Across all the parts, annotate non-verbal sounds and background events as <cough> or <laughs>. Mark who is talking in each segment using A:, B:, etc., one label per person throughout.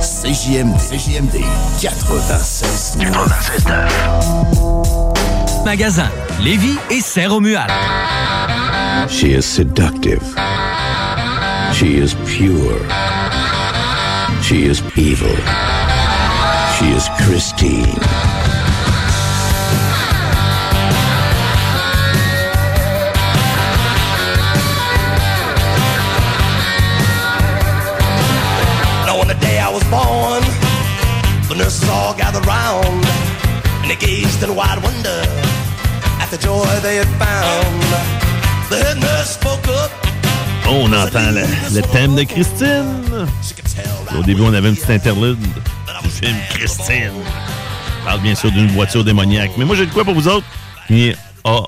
A: CJMD, CJMD 96
B: Magasin, Lévis et Saint-Romuald.
C: She is seductive. She is pure. She is evil. She is Christine.
D: Now on the day I was born, the nurses all gathered round and they gazed in wide wonder at the joy they had found. The head nurse spoke up.
E: On entend le, le thème de Christine. Au début, on avait une petite interlude du film Christine. On parle bien sûr d'une voiture démoniaque. Mais moi, j'ai de quoi pour vous autres qui a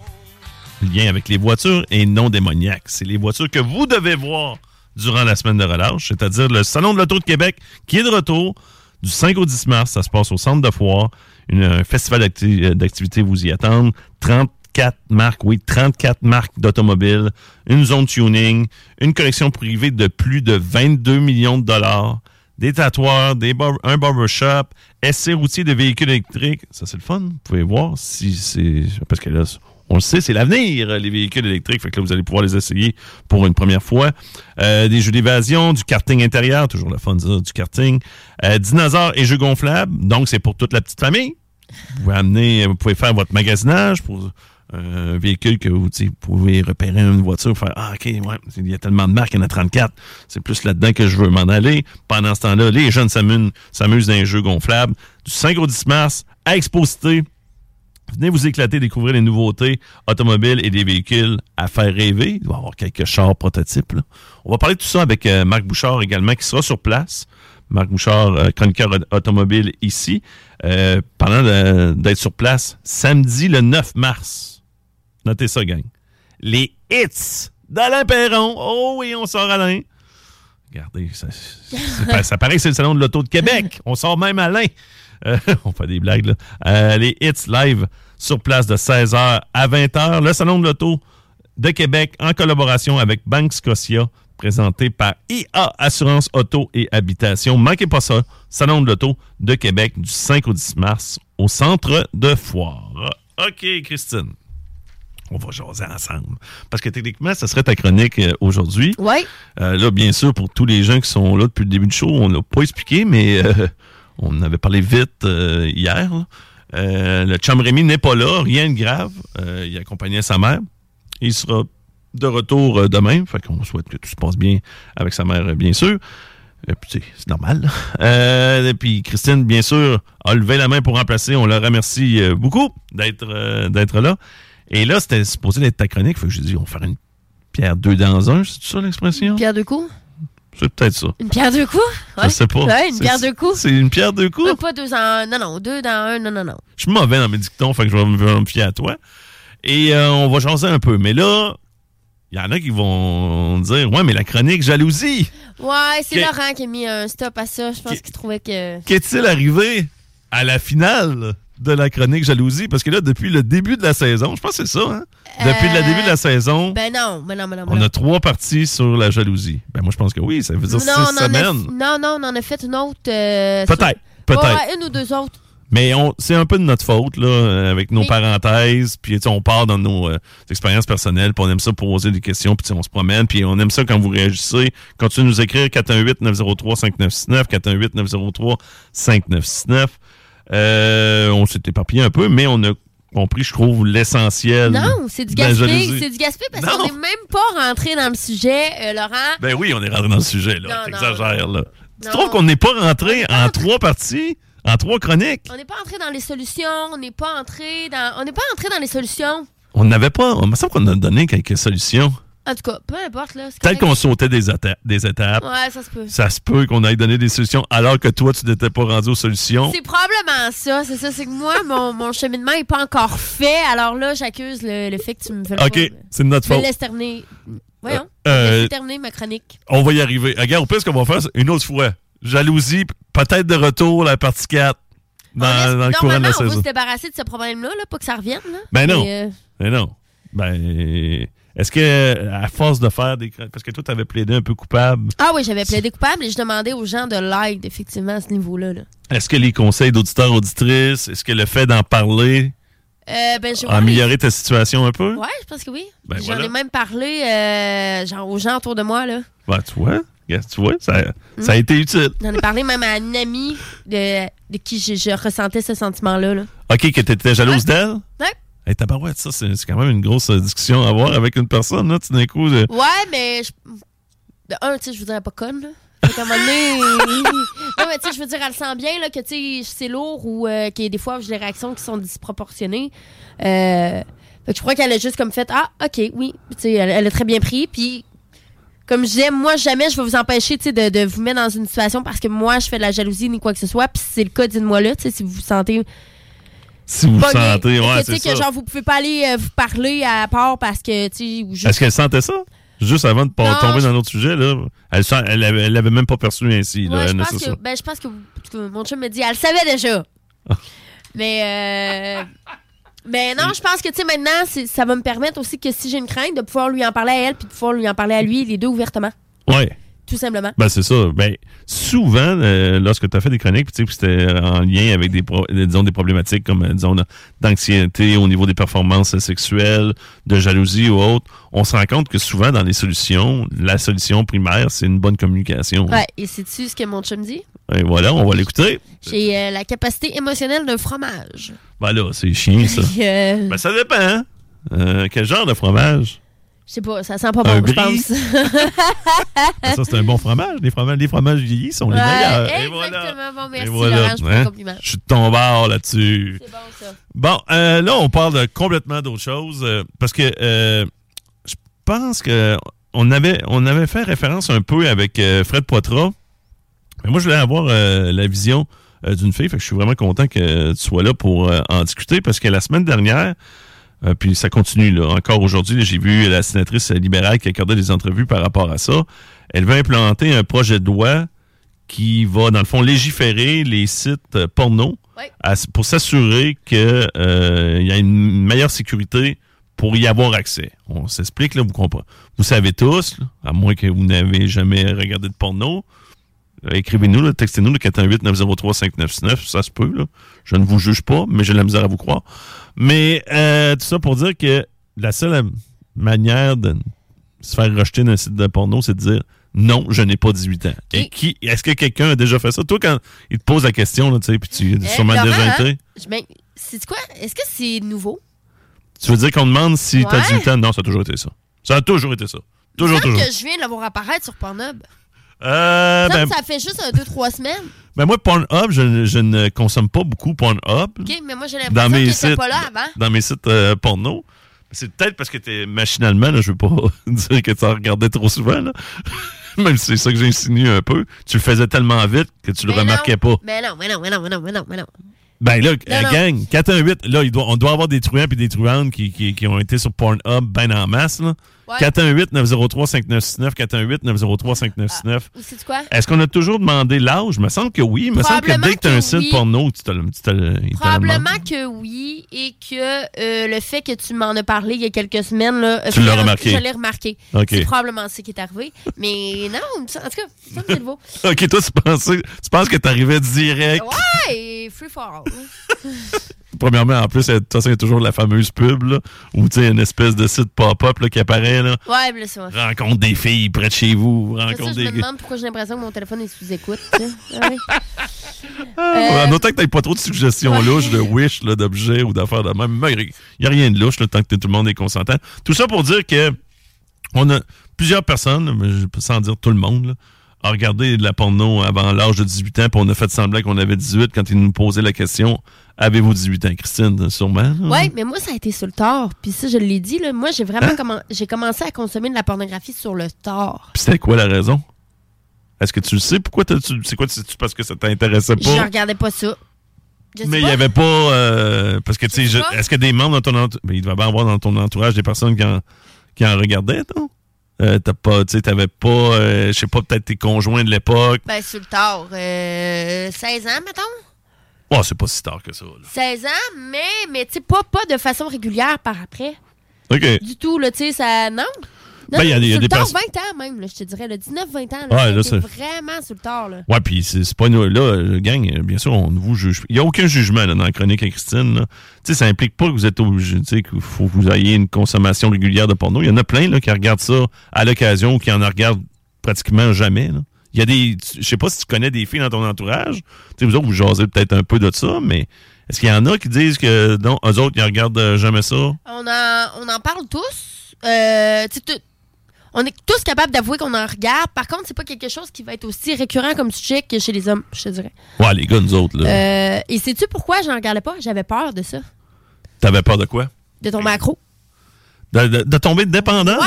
E: lien avec les voitures et non démoniaques. C'est les voitures que vous devez voir durant la semaine de relâche, c'est-à-dire le Salon de l'Auto de Québec qui est de retour du 5 au 10 mars. Ça se passe au Centre de Foire. Une- un festival d'acti- euh, d'activités vous y attend. 34 marques, oui, 34 marques d'automobiles, une zone tuning, une collection privée de plus de 22 millions de dollars, des tatoueurs, des bar- un barbershop, essai routier de véhicules électriques. Ça, c'est le fun. Vous pouvez voir si c'est... Parce que là, on le sait, c'est l'avenir, euh, les véhicules électriques. Fait que là, vous allez pouvoir les essayer pour une première fois. Euh, des jeux d'évasion, du karting intérieur, toujours le fun, ça, du karting. Euh, dinosaures et jeux gonflables. Donc, c'est pour toute la petite famille. Vous pouvez amener, vous pouvez faire votre magasinage pour euh, un véhicule que vous, tu sais, vous pouvez repérer une voiture, faire Ah, ok, ouais, il y a tellement de marques, il y en a 34. C'est plus là-dedans que je veux m'en aller. Pendant ce temps-là, les jeunes s'amusent s'amusent dans les jeux gonflables. Du 5 au 10 mars, à Exposité. Venez vous éclater, découvrir les nouveautés automobiles et des véhicules à faire rêver. Il va y avoir quelques chars prototypes. là. On va parler de tout ça avec euh, Marc Bouchard également, qui sera sur place. Marc Bouchard, euh, chroniqueur au- automobile ici. Euh, parlant de- d'être sur place, samedi le 9 mars. Notez ça, gang. Les hits d'Alain Perron. Oh oui, on sort Alain. Regardez, ça, c'est pas- ça paraît que c'est le salon de l'auto de Québec. On sort même Alain. Euh, <laughs> on fait des blagues, là. Euh, les hits live sur place de 16h à 20h. Le salon de l'auto de Québec en collaboration avec Banque Scotia, présenté par IA Assurance Auto et Habitation. Manquez pas ça. Salon de l'auto de Québec du 5 au 10 mars au centre de foire. OK, Christine. On va jaser ensemble. Parce que techniquement, ça serait ta chronique euh, aujourd'hui.
F: Oui.
E: Euh, là, bien sûr, pour tous les gens qui sont là depuis le début du show, on l'a pas expliqué, mais euh, <laughs> on en avait parlé vite euh, hier. là. Euh, le chum Rémi n'est pas là, rien de grave. Euh, il accompagnait sa mère. Il sera de retour euh, demain. Fait qu'on souhaite que tout se passe bien avec sa mère, euh, bien sûr. Et puis, tu sais, c'est normal. <laughs> Euh, et puis, Christine, bien sûr, a levé la main pour remplacer. On la remercie euh, beaucoup d'être euh, d'être là. Et là, c'était supposé être ta chronique. Fait que j'ai dit, on va faire une pierre deux dans un. C'est ça l'expression?
F: Pierre de coups?
E: C'est peut-être ça.
F: Une pierre deux coups?
E: Je sais pas.
F: Ouais, une
E: C'est-
F: pierre deux coups.
E: C'est une pierre deux coups.
F: Euh, <laughs> Pas deux en... Non, non, deux dans un, non, non, non.
E: Je suis mauvais dans mes dictons, fait que je vais me je vais me fier à toi. Et euh, on va chancer un peu. Mais là, il y en a qui vont dire Ouais, mais la chronique jalousie,
F: Ouais, c'est
E: Ok.
F: Laurent qui a mis un stop à ça. Je pense qu'il trouvait que...
E: qu'est-il arrivé à la finale de la chronique jalousie? Parce que là, depuis le début de la saison, je pense que c'est ça, hein? Depuis le début de la saison,
F: Euh, Ben non, ben non, ben non. ben
E: on
F: non.
E: a trois parties sur la jalousie. Ben moi, je pense que oui, ça veut dire
F: non,
E: six
F: on en a-
E: semaines.
F: non, non, on en a fait une autre. euh,
E: Peut-être,
F: sur-
E: peut-être.
F: Ouais, ouais, une ou deux autres.
E: Mais on- c'est un peu de notre faute, là, euh, avec nos
F: Mais-
E: parenthèses, puis tu sais, on part dans nos euh, expériences personnelles, puis on aime ça poser des questions, puis tu sais, on se promène, puis on aime ça quand vous réagissez. Continuez de nous écrire 418-903-5969, 418-903-5969. Euh, on s'est éparpillé un peu, mais on a compris, je trouve, l'essentiel.
F: Non, c'est du
E: de la
F: gaspillage.
E: jalousie.
F: C'est du gaspillage parce
E: Non.
F: qu'on n'est même pas rentré dans le sujet, euh, Laurent.
E: Ben oui, on est rentré dans le sujet, là.
F: Non, non.
E: T'exagères, là. Tu
F: Non.
E: trouves qu'on n'est pas rentré
F: <laughs>
E: en trois parties, en trois chroniques?
F: On n'est pas entré dans les solutions, on n'est pas entré dans on n'est pas entré dans les solutions.
E: On n'avait pas. On me semble qu'on a donné quelques solutions.
F: En tout cas, peu importe là. c'est
E: Peut-être qu'on
F: correct.
E: sautait des, atta- des étapes.
F: Ouais, ça se peut.
E: Ça se peut qu'on aille donner des solutions alors que toi, tu n'étais pas rendu aux solutions.
F: C'est probablement ça, c'est ça, c'est que moi, mon, mon cheminement n'est pas encore fait, alors là, j'accuse le, le fait que tu me fais le
E: OK,
F: pas.
E: c'est de notre
F: Je me
E: faute.
F: laisse terminer. Voyons.
E: Euh,
F: je me
E: euh,
F: laisse terminer ma chronique.
E: On va y arriver. Euh, Regarde, au pire, ce qu'on va faire, c'est une autre fois. Jalousie, p- peut-être de retour la partie 4 dans,
F: On
E: dans le
F: laisse-
E: courant de
F: Normalement,
E: la
F: on va se
E: saison.
F: débarrasser de ce problème-là, là, pas que ça revienne. Là.
E: Ben non.
F: Mais, euh,
E: Mais non. Ben, est-ce que, à force de faire des. chroniques- Parce que toi, t'avais plaidé un peu coupable.
F: Ah oui, j'avais plaidé coupable et je demandais aux gens de l'aide, effectivement, à ce niveau-là. là.
E: Est-ce que les conseils d'auditeurs, auditrices, est-ce que le fait d'en parler
F: Euh, ben, je
E: a amélioré ta situation un peu?
F: Ouais, je pense que oui.
E: Ben,
F: J'en
E: voilà.
F: ai même parlé euh, genre, aux gens autour de moi. là.
E: Ben, tu vois, regarde, tu vois, ça,
F: Mm.
E: ça a été utile.
F: J'en ai parlé même à une amie de, de qui je, je ressentais ce sentiment-là. là.
E: OK, que t'étais jalouse d'elle?
F: Ouais.
E: Hey, tabarouette, ça, c'est c'est quand même une grosse euh, discussion à avoir avec une personne, là, tout d'un coup. euh,
F: Ouais, mais je- de un, tu sais, je vous dirais pas conne. Là. Fait qu'à un moment donné, <laughs> non, mais tu sais, je veux dire, elle sent bien là, que tu sais, c'est lourd ou euh, qu'il y a des fois où j'ai des réactions qui sont disproportionnées. Euh, fait que je crois qu'elle a juste comme fait Ah, ok, oui. Tu sais, elle, elle a très bien pris. Puis, comme je disais, moi, jamais je vais vous empêcher tu sais, de, de vous mettre dans une situation parce que moi, je fais de la jalousie ni quoi que ce soit. Puis, si c'est le cas, dites-moi là, tu sais, si vous vous sentez
E: si vous
F: pogné.
E: sentez,
F: Fait que,
E: ouais,
F: tu sais,
E: c'est
F: que
E: ça.
F: genre, vous pouvez pas aller euh, vous parler à part parce que, tu sais, ou juste.
E: Est-ce qu'elle sentait ça? Juste avant de pas
F: Non,
E: tomber
F: je-
E: dans l'autre sujet, là, elle, sent- elle, avait- elle l'avait même pas perçu ainsi. là,
F: Ouais, je
E: elle ne
F: pense
E: sait
F: que,
E: ça.
F: ben, je pense que, que mon chum me dit, elle le savait
E: <laughs>
F: déjà. mais, euh, mais non, je pense que, tu sais, maintenant, c'est- ça va me permettre aussi que si j'ai une crainte, de pouvoir lui en parler à elle, puis de pouvoir lui en parler à lui, les deux ouvertement,
E: Ouais.
F: tout simplement.
E: Ben, c'est ça. Ben, souvent, euh, lorsque tu as fait des chroniques, puis tu sais, puis c'était en lien avec des, pro- euh, disons, des problématiques comme, euh, disons, d'anxiété au niveau des performances euh, sexuelles, de jalousie ou autre, on se rend compte que souvent, dans les solutions, la solution primaire, c'est une bonne communication.
F: Ouais, et sais-tu ce que mon chum dit?
E: Et voilà, on va l'écouter.
F: J'ai euh, la capacité émotionnelle d'un
E: <laughs>
F: fromage.
E: Ben là, c'est chiant,
F: <laughs>
E: ça.
F: Puis, euh,
E: ben, ça dépend. hein. Euh, quel genre de fromage?
F: je sais pas, ça sent pas
E: Un
F: bon, je
E: brie.
F: pense.
E: Ben, ça, c'est un bon fromage. Les fromages, les fromages vieillis sont les
F: Ouais,
E: meilleurs. Et
F: exactement.
E: voilà.
F: Bon,
E: Et
F: merci,
E: voilà,
F: Laurent, je prends
E: hein.
F: le compliment.
E: Je suis de ton bord là-dessus.
F: C'est bon, ça.
E: Bon, euh, là, on parle de complètement d'autre chose euh, parce que euh, je pense que on avait, on avait fait référence un peu avec euh, Fred Poitras. Mais moi, je voulais avoir euh, la vision euh, d'une fille. Fait que je suis vraiment content que tu sois là pour euh, en discuter parce que la semaine dernière, euh, puis ça continue là, encore aujourd'hui, là, j'ai vu la sénatrice libérale qui accordait des entrevues par rapport à ça. Elle veut implanter un projet de loi qui va, dans le fond, légiférer les sites euh, porno
F: Oui.
E: à- pour s'assurer qu'il il y a une meilleure sécurité pour y avoir accès. On s'explique, là, vous comprenez. Vous savez tous, là, à moins que vous n'avez jamais regardé de porno, euh, écrivez-nous, là, textez-nous le 418-903-599, ça se peut. Là. Je ne vous juge pas, mais j'ai de la misère à vous croire. Mais euh, tout ça pour dire que la seule manière de se faire rejeter d'un site de porno, c'est de dire non, je n'ai pas 18 ans. Et
F: Et-
E: qui est-ce que quelqu'un a déjà fait ça? Toi, quand il te pose la question, là, tu sais, puis tu as
F: Eh,
E: sûrement
F: Laurent,
E: déjà été.
F: hein? Je- ben, c'est quoi? Est-ce que c'est nouveau?
E: Tu veux dire qu'on demande si t'as
F: Ouais.
E: 18 ans? Non, ça a toujours été ça. Ça a toujours été ça. Toujours,
F: Tant
E: toujours.
F: que je viens de l'avoir apparaître sur Pornhub.
E: Euh,
F: Ça,
E: ben,
F: ça fait juste un, deux, trois semaines.
E: ben, moi, Pornhub, je, je ne consomme pas beaucoup Pornhub
F: OK, mais moi, j'ai
E: dans,
F: l'impression qu'il
E: mes
F: était
E: sites,
F: pas là avant.
E: dans mes sites euh, porno. C'est peut-être parce que t'es machinalement, là, je veux pas <laughs> dire que tu en regardais trop souvent, là. <laughs> même si c'est ça que j'insinue un peu. Tu le faisais tellement vite que tu le
F: Mais
E: remarquais
F: Ben non.
E: pas.
F: Mais non, mais non, mais non, mais non, mais non, mais non.
E: Ben là,
F: Non,
E: la
F: non.
E: gang, 418, là, il doit- on doit avoir des truands et des truandes qui, qui- qui ont été sur Pornhub ben en masse. Là.
F: Ouais.
E: 418-903-5969, 418-903-599.
F: Ou c'est quoi?
E: Est-ce qu'on a toujours demandé l'âge? Il me semble que oui. Il me semble que
F: Probablement
E: dès que tu as un
F: que
E: site
F: oui.
E: porno, tu te le tu te le- il te le
F: Probablement
E: demande.
F: que oui, et que euh, le fait que tu m'en as parlé il y a quelques semaines, là,
E: Tu
F: euh,
E: l'as
F: je-
E: remarqué.
F: Je l'ai remarqué.
E: OK.
F: C'est probablement ce qui est arrivé. Mais non, il me semble- en tout cas, il me semble que
E: <laughs>
F: c'est nouveau.
E: OK, toi, tu, pensais, tu penses que tu arrivais direct.
F: Ouais, et free fall.
E: Premièrement, en plus, de toute façon, il y a toujours la fameuse pub, là, où tu sais, une espèce de site pop-up là, qui apparaît. Là.
F: Ouais, mais là, c'est moi.
E: Rencontre des filles près de chez vous.
F: Après ça,
E: Rencontre
F: je
E: des
F: me
E: gars.
F: demande pourquoi j'ai l'impression que mon téléphone est sous écoute. tu sais. Ah oui. Euh,
E: En autant que t'aies pas trop de suggestions louches, de wish, là, d'objets ou d'affaires de même. Il n'y a rien de louche, là, tant que tout le monde est consentant. Tout ça pour dire que on a plusieurs personnes, mais je peux sans dire tout le monde, là, a regardé de la porno avant l'âge de 18 ans, puis on a fait semblant qu'on avait 18 quand ils nous posaient la question Avez-vous 18 ans, Christine Sûrement. là.
F: Ouais, mais moi, ça a été sur le tard. Puis ça, je l'ai dit, là, moi, j'ai
E: Hein?
F: vraiment commen- j'ai commencé à consommer de la pornographie sur le tard.
E: Puis c'était quoi la raison Est-ce que tu le sais Pourquoi t'as- tu C'est quoi C'est-tu parce que ça t'intéressait
F: Je
E: pas
F: regardais pas ça. Je sais
E: Mais il
F: pas.
E: n'y avait pas. euh, parce que, tu sais, je-
F: sais pas.
E: est-ce que des membres dans ton entourage. Il devait bien avoir dans ton entourage des personnes qui en, qui en regardaient, non? Euh, t'as pas, tu sais, t'avais pas, euh, je sais pas, peut-être tes conjoints de l'époque.
F: Ben, sur le tard. euh, 16 ans, mettons.
E: Oh, c'est pas si tard que ça, là.
F: 16 ans, mais, mais tu sais, pas, pas de façon régulière par après.
E: OK.
F: Du tout, là, tu sais, ça. Non. Non,
E: Ben, il y a des- il y a
F: sur
E: des
F: le tard,
E: personnes-
F: 20 ans même, là, je te dirais, le 19-20 ans. Là,
E: Ouais,
F: ça a
E: là,
F: été
E: c'est-
F: vraiment sur le tard, là.
E: Ouais, puis c'est c'est pas nous. Là, euh, gang, euh, bien sûr, on ne vous juge. Il n'y a aucun jugement là, dans la chronique à Christine. là. Tu sais, ça implique pas que vous êtes obligé, tu sais, qu'il faut que vous ayez une consommation régulière de porno. Il y en a plein là, qui regardent ça à l'occasion ou qui en regardent pratiquement jamais. là. Il y a des. tu- Je sais pas si tu connais des filles dans ton entourage. Tu sais, vous autres, vous jasez peut-être un peu de ça, mais est-ce qu'il y en a qui disent que non, eux autres, ils regardent euh, jamais ça?
F: On en, on en parle tous. Euh, tu sais, tout- on est tous capables d'avouer qu'on en regarde. Par contre, c'est pas quelque chose qui va être aussi récurrent comme sujet que chez les hommes, je te dirais.
E: Ouais, les gars, nous autres, là.
F: Euh, et sais-tu pourquoi j'en regardais pas? J'avais peur de ça,
E: T'avais peur de quoi?
F: de tomber accro.
E: De, de- de tomber dépendant?
F: Ouais.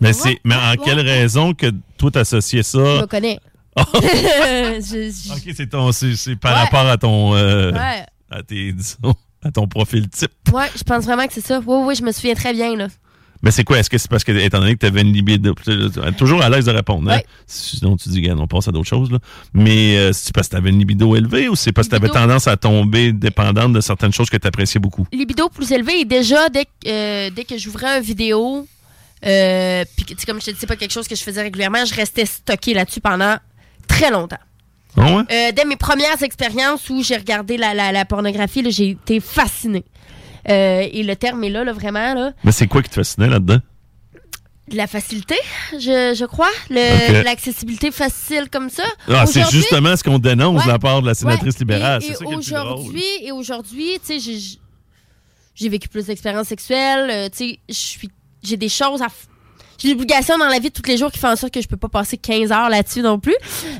E: Mais,
F: Ouais,
E: c'est, mais en
F: ouais,
E: quelle
F: ouais.
E: raison que toi t'associais ça?
F: Je me connais. <laughs> Je- je-
E: OK, c'est ton- c'est- c'est par
F: Ouais.
E: rapport à ton euh,
F: ouais.
E: à tes disons, à ton profil type.
F: Ouais, je pense vraiment que c'est ça. Oui, oui, je me souviens très bien, là.
E: Mais c'est quoi? Est-ce que c'est parce que, étant donné que tu avais une libido, tu es toujours à l'aise de répondre, hein?
F: Ouais.
E: Sinon, tu dis, Gane, on passe à d'autres choses, là. Mais euh, c'est parce que tu avais une libido élevée ou c'est parce que tu avais
F: Libido.
E: tendance à tomber dépendante de certaines choses que tu appréciais beaucoup?
F: libido plus élevé et déjà dès que, euh, dès que j'ouvrais une vidéo euh, puis que, tu sais, comme je te dis c'est pas quelque chose que je faisais régulièrement je restais stockée là-dessus pendant très longtemps
E: Ah ouais?
F: Euh, dès mes premières expériences où j'ai regardé la, la, la pornographie là, j'ai été fascinée Euh, et le terme est là, là vraiment là
E: Mais c'est quoi qui te fascinait là-dedans?
F: de la facilité je, je crois Le-
E: Ok.
F: l'accessibilité facile comme ça
E: Ah, c'est
F: Aujourd'hui-
E: justement ce qu'on dénonce de
F: Ouais.
E: la part de la sénatrice
F: Ouais,
E: libérale.
F: et-
E: C'est
F: et
E: ça qui est le plus drôle.
F: aujourd'hui, et aujourd'hui, tu sais, j'ai- j'ai vécu plus d'expériences sexuelles. euh, tu sais, je suis- j'ai des choses à. f- J'ai des obligations dans la vie de tous les jours qui font en sorte que je peux pas passer 15 heures là-dessus non plus.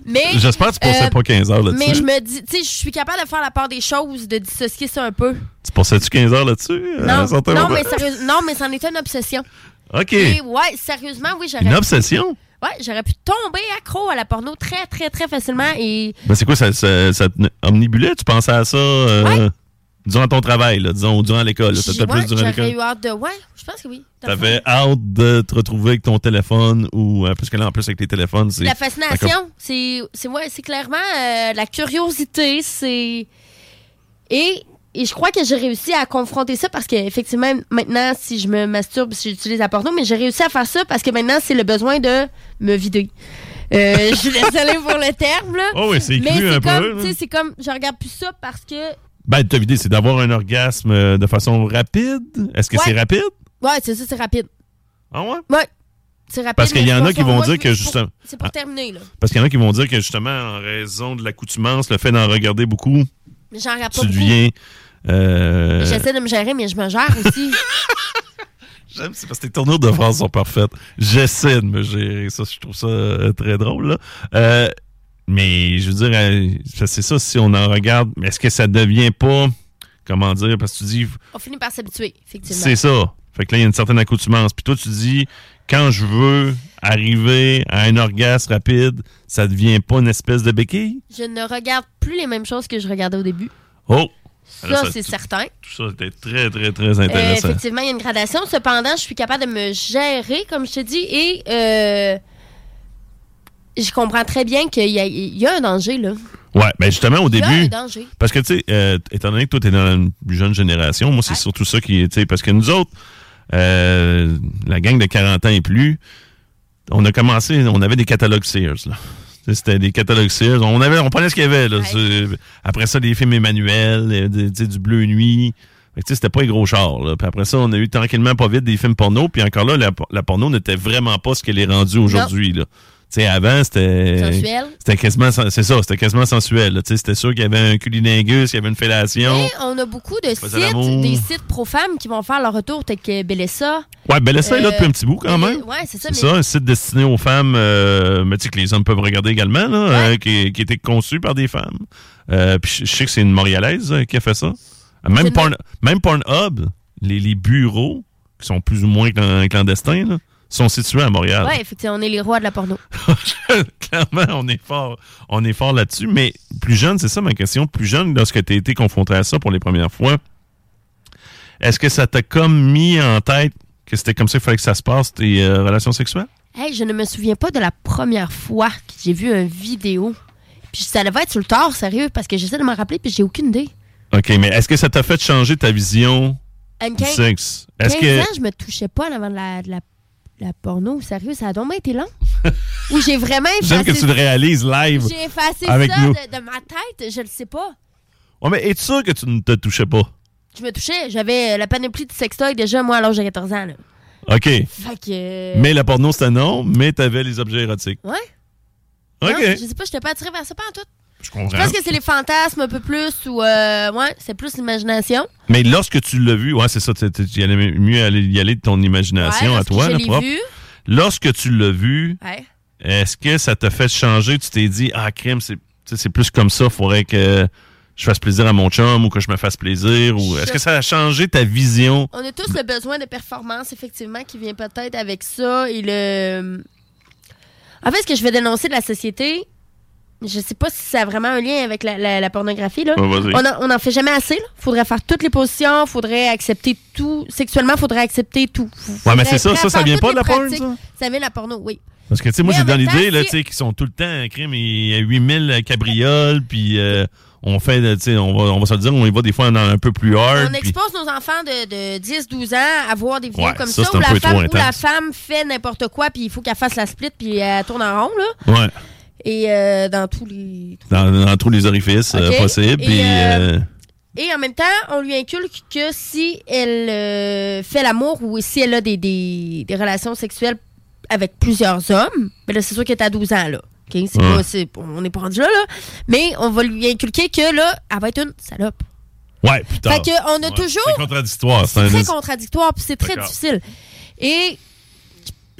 F: Mais.
E: J'espère que tu passais
F: euh,
E: pas 15 heures là-dessus.
F: Mais je me dis, tu sais, je suis capable de faire la part des choses, de dissocier ça un peu.
E: Tu passais-tu 15 heures là-dessus? euh, à un
F: Non,
E: certain
F: non,
E: moment?
F: mais sérieux- non, mais c'en était une obsession.
E: OK.
F: Et ouais, sérieusement, oui, j'aurais,
E: Une obsession?
F: ouais, j'aurais pu tomber accro à la porno très, très, très facilement. Et
E: Ben c'est quoi, ça, ça, ça te omnibulait? Tu pensais à ça euh, durant ton travail, là, disons, ou durant l'école? là,
F: j'ai-
E: C'était
F: ouais,
E: plus durant
F: j'aurais
E: l'école.
F: eu hâte de. Ouais, je pense que oui.
E: T'avais hâte de te retrouver avec ton téléphone ou. euh, parce que là, en plus, avec les téléphones, c'est.
F: La
E: D'accord.
F: fascination, c'est c'est ouais, c'est clairement euh, la curiosité, c'est et et je crois que j'ai réussi à confronter ça parce que effectivement maintenant si je me masturbe, si j'utilise la porno, mais j'ai réussi à faire ça parce que maintenant c'est le besoin de me vider. Euh, je suis désolée pour le
E: <laughs>
F: terme là.
E: Oh oui, c'est
F: mais
E: cru
F: c'est
E: un peu.
F: comme,
E: là.
F: tu sais, c'est comme, je regarde plus ça parce que,
E: Ben, t'as vidé, c'est d'avoir un orgasme euh, de façon rapide. Est-ce que
F: Ouais.
E: c'est rapide?
F: ouais, c'est ça, c'est rapide,
E: Ah ouais?
F: ouais, c'est rapide.
E: Parce qu'il y
F: mais
E: en a
F: pour-
E: qui vont
F: moi,
E: dire
F: je-
E: que
F: pour-
E: justement-
F: c'est pour
E: Ah.
F: terminer là.
E: Parce qu'il y en a qui vont dire que justement, en raison de l'accoutumance, le fait d'en regarder beaucoup,
F: Mais J'en regarde pas
E: tu
F: beaucoup.
E: deviens. euh,
F: J'essaie de me gérer, mais je me gère
E: <laughs>
F: aussi.
E: J'aime, c'est parce que tes tournures de phrase sont parfaites. J'essaie de me gérer. Ça, je trouve ça euh, très drôle. là. Euh, mais je veux dire, euh, ça, c'est ça, si on en regarde, mais est-ce que ça devient pas. Comment dire? Parce que tu dis,
F: On finit par s'habituer, effectivement.
E: c'est ça. Fait que là, il y a une certaine accoutumance. Puis toi, tu dis, quand je veux arriver à un orgasme rapide, ça devient pas une espèce de béquille?
F: Je ne regarde plus les mêmes choses que je regardais au début.
E: Oh! Alors,
F: Ça, c'est
E: tout-
F: certain.
E: Tout ça était très, très, très
F: Euh,
E: intéressant.
F: effectivement, il y a une gradation. Cependant, je suis capable de me gérer, comme je te dis, et euh, je comprends très bien qu'il y, a- il y a un danger, là.
E: ouais, ben justement, au
F: Il y a un
E: début.
F: danger.
E: Parce que, tu sais, euh, étant donné que toi, t'es dans la plus jeune génération, moi, c'est surtout ça qui est, tu sais, parce que nous autres, euh, la gang de 40 ans et plus, on a commencé, on avait des catalogues Sears, là. Tu sais, C'était des catalogues Sears. On, avait, on prenait ce qu'il y avait. Là.
F: Ouais.
E: C'est- Après ça, des films Emmanuel, euh, des- tu sais, du Bleu Nuit. Fait que, tu sais, C'était pas les gros chars. Là. Puis après ça, on a eu tranquillement pas vite des films porno. Puis encore là, la, la porno n'était vraiment pas ce qu'elle est rendue aujourd'hui. là. Tu Tu sais, avant, c'était.
F: Sensuel.
E: C'était quasiment. sen- C'est ça, c'était quasiment sensuel. là. Tu sais, c'était sûr qu'il y avait un culiningus, qu'il y avait une fellation.
F: Mais on a beaucoup de
E: faisais l'amour.
F: sites, des sites pro-femmes qui vont faire leur retour, peut-être que Bélessa.
E: Ouais, ben, laisse ça, là,
F: Euh,
E: depuis un petit bout, quand
F: mais-
E: même.
F: ouais, c'est ça,
E: C'est
F: mais-
E: ça, un site destiné aux femmes, euh, mais tu sais que les hommes peuvent regarder également, là, euh, qui, qui a été conçu par des femmes. Euh, puis je- je sais que c'est une Montréalaise euh, qui a fait ça. Euh, Même, Porn- même Pornhub, les, les bureaux, qui sont plus ou moins clan- clandestins, là, sont situés à Montréal.
F: Ouais, effectivement, on est les rois de la porno.
E: <laughs> Clairement, on est fort, on est fort là-dessus. Mais plus jeune, c'est ça ma question. Plus jeune, lorsque tu as été confronté à ça pour les premières fois, est-ce que ça t'a comme mis en tête que c'était comme ça qu'il fallait que ça se passe, tes euh, relations sexuelles?
F: Hey, je ne me souviens pas de la première fois que j'ai vu une vidéo. Puis ça devait être sur le tard, sérieux, parce que j'essaie de m'en rappeler, puis j'ai aucune idée.
E: OK, mais est-ce que ça t'a fait changer ta vision
F: À une
E: du
F: quin-
E: sexe?
F: 15
E: Est-ce que.
F: ans, je me touchais pas en avant de la, de la, de la porno. Sérieux, ça a donc bien
E: <laughs>
F: été long. Ou j'ai vraiment
E: J'aime
F: effacé,
E: que tu le réalises live.
F: j'ai effacé ça
E: avec nous.
F: de, de ma tête, je le sais pas.
E: Ouais, mais es-tu sûr que tu ne te touchais pas?
F: Je me touchais, j'avais euh, la panoplie du sextoy déjà, moi, à l'âge de 14 ans. Là.
E: OK.
F: Fait que... euh,
E: Mais la porno, c'était non, mais t'avais les objets érotiques.
F: Ouais.
E: OK. Ah.
F: Non, je sais pas, j'étais pas attirée vers ça, pas en tout.
E: Je comprends.
F: Je pense que c'est les fantasmes un peu plus, ou... euh, ouais, c'est plus l'imagination.
E: Mais lorsque tu l'as vu, ouais, c'est ça, tu tu- tu y allais mieux aller- y aller de ton imagination
F: Ouais,
E: à
F: lorsque
E: toi,
F: je
E: là,
F: l'ai
E: propre.
F: vu.
E: Lorsque tu l'as vu,
F: Ouais.
E: est-ce que ça t'a fait changer? Tu t'es dit, ah, crime, c'est tu sais, c'est plus comme ça, faudrait que je fasse plaisir à mon chum ou que je me fasse plaisir? Ou est-ce que ça a changé ta vision?
F: On a tous le besoin de performance, effectivement, qui vient peut-être avec ça. Et le. En fait, ce que je vais dénoncer de la société, je sais pas si ça a vraiment un lien avec la, la- la pornographie. Là.
E: Ouais, vas-y.
F: on, en- on en fait jamais assez. Il faudrait faire toutes les positions, faudrait accepter tout. Sexuellement, faudrait accepter tout.
E: Ouais, mais
F: Faudrait
E: c'est ça, ça, ça
F: faire
E: vient
F: toutes
E: pas de
F: les
E: la porn,
F: pratiques.
E: ça?
F: Ça vient de la porno, oui.
E: Parce que, tu sais, moi,
F: Mais
E: j'ai
F: en
E: dans
F: même temps,
E: l'idée, là,
F: si-
E: tu sais, qu'ils sont tout le temps, hein, crime, il y a 8000 cabrioles, puis euh, on fait, euh, tu sais, on va, on va se le dire, on y va des fois dans un peu plus hard.
F: On
E: puis-
F: expose nos enfants de, de 10-12 ans à voir des vidéos
E: Ouais,
F: comme
E: ça,
F: ça,
E: c'est
F: où,
E: un peu trop
F: la femme, où la
E: intense.
F: femme fait n'importe quoi, puis il faut qu'elle fasse la split, puis elle tourne en rond, là.
E: Ouais,
F: Et euh, dans tous les.
E: dans, dans tous les orifices euh,
F: Ok.
E: possibles.
F: Et,
E: puis,
F: euh,
E: euh,
F: Et en même temps, on lui inculque que si elle euh, fait l'amour ou si elle a des, des, des relations sexuelles avec plusieurs hommes, ben là, c'est sûr qu'elle est à 12 ans, là. OK? C'est
E: Ouais.
F: pas- c'est- on n'est pas rendu là, là. Mais on va lui inculquer que, là, elle va être une salope.
E: Ouais, putain.
F: Fait que on a toujours-
E: C'est contradictoire.
F: C'est très
E: un-
F: contradictoire, puis c'est très
E: D'accord.
F: difficile. Et,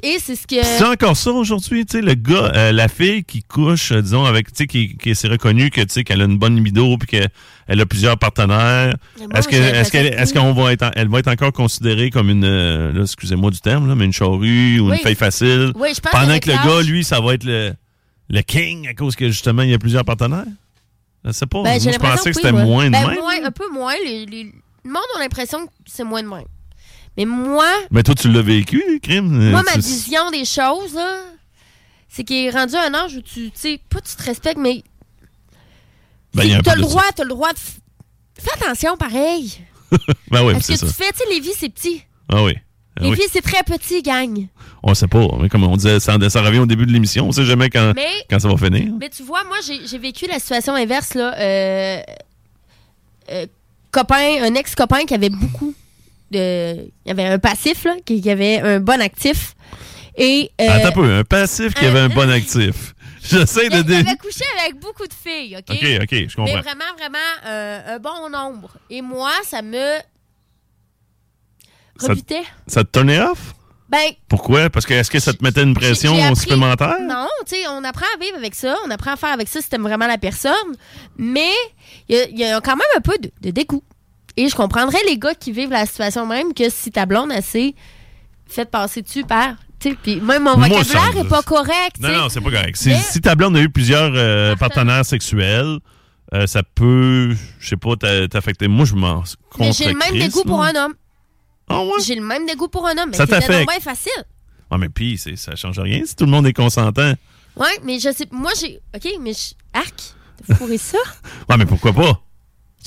F: et c'est ce que.
E: Puis C'est encore ça aujourd'hui, tu sais, le gars, euh, la fille qui couche, euh, disons, avec, tu sais, qui, qui s'est reconnue que, tu sais, qu'elle a une bonne libido puis qu'elle a plusieurs partenaires.
F: Mais moi,
E: Est-ce que,
F: j'ai
E: est-ce qu'elle,
F: l'impression
E: est-ce qu'on va être, en- elle va être encore considérée comme une, euh, là, excusez-moi du terme, là, mais une charrue ou
F: Oui.
E: une fille facile?
F: Oui, je pense
E: Pendant
F: qu'avec
E: que le
F: l'âge-
E: gars, lui, ça va être le, le king à cause que, justement, il y a plusieurs partenaires? Je sais pas.
F: Ben,
E: Moi,
F: j'ai
E: je
F: l'impression
E: pensais que
F: oui,
E: c'était
F: moi.
E: moins de
F: Ben,
E: même.
F: moins- un peu moins. Les, les- Le monde a l'impression que c'est moins de même. Mais moi,
E: Mais toi, tu l'as vécu, crime?
F: moi
E: Euh,
F: ma
E: tu-
F: vision des choses, là, c'est qu'il est rendu un âge où tu, tu sais, pas tu te respectes, mais
E: Ben, il y a
F: tu
E: un peu
F: t'as le
E: de ça.
F: droit, t'as le droit de. f- Fais attention, pareil.
E: Ben oui,
F: à ce
E: c'est
F: que
E: ça.
F: tu fais, tu sais, Lévis, c'est petit.
E: Ah oui. Ah
F: Lévis,
E: oui.
F: c'est très
E: <laughs>
F: petit, gang.
E: On sait pas, mais comme on disait, ça, ça revient au début de l'émission, on sait jamais quand,
F: Mais-
E: quand ça va finir.
F: Mais Ben, tu vois, moi, j'ai j'ai vécu la situation inverse, là. Euh, euh, copain, un ex-copain qui avait beaucoup de... Il y avait un passif, là, qui, qui avait un bon actif. Et... euh,
E: Attends un peu, un passif qui avait un bon actif. J'essaie de...
F: il
E: dé-
F: avait couché avec beaucoup de filles, OK?
E: OK, OK, je
F: Mais
E: comprends.
F: vraiment, vraiment euh, un bon nombre. Et moi, ça me...
E: Ça-
F: Rebutait.
E: Ça te tournait off?
F: Ben,
E: Pourquoi? Parce que est-ce que ça te mettait une pression
F: J'ai- j'ai appris-
E: supplémentaire?
F: Non, tu sais, on apprend à vivre avec ça, on apprend à faire avec ça si t'aimes vraiment la personne, mais il y a- il y, a quand même un peu de, de dégoût. Et je comprendrais les gars qui vivent la situation même que si ta blonde assez fait passer dessus par. tu sais, Puis même mon
E: Moi,
F: vocabulaire
E: ça me-
F: est pas correct.
E: Non,
F: tu sais.
E: non, c'est pas correct. Si,
F: Mais-
E: si ta blonde a eu plusieurs euh, partenaires sexuels, euh, ça peut, je sais pas, t'a- t'affecter. Moi, je m'en
F: Mais j'ai le même
E: contrecrise,
F: dégoût pour
E: là.
F: un homme.
E: Ah ouais?
F: J'ai le même dégoût pour un homme. Mais
E: Ça
F: c'était
E: t'affecte.
F: donc bien facile.
E: Ah, mais puis, c'est- ça change rien si tout le monde est consentant.
F: Ouais, mais je sais. Moi, j'ai. OK, mais je. Arc, t'as fourré ça?
E: Ouais, mais pourquoi pas?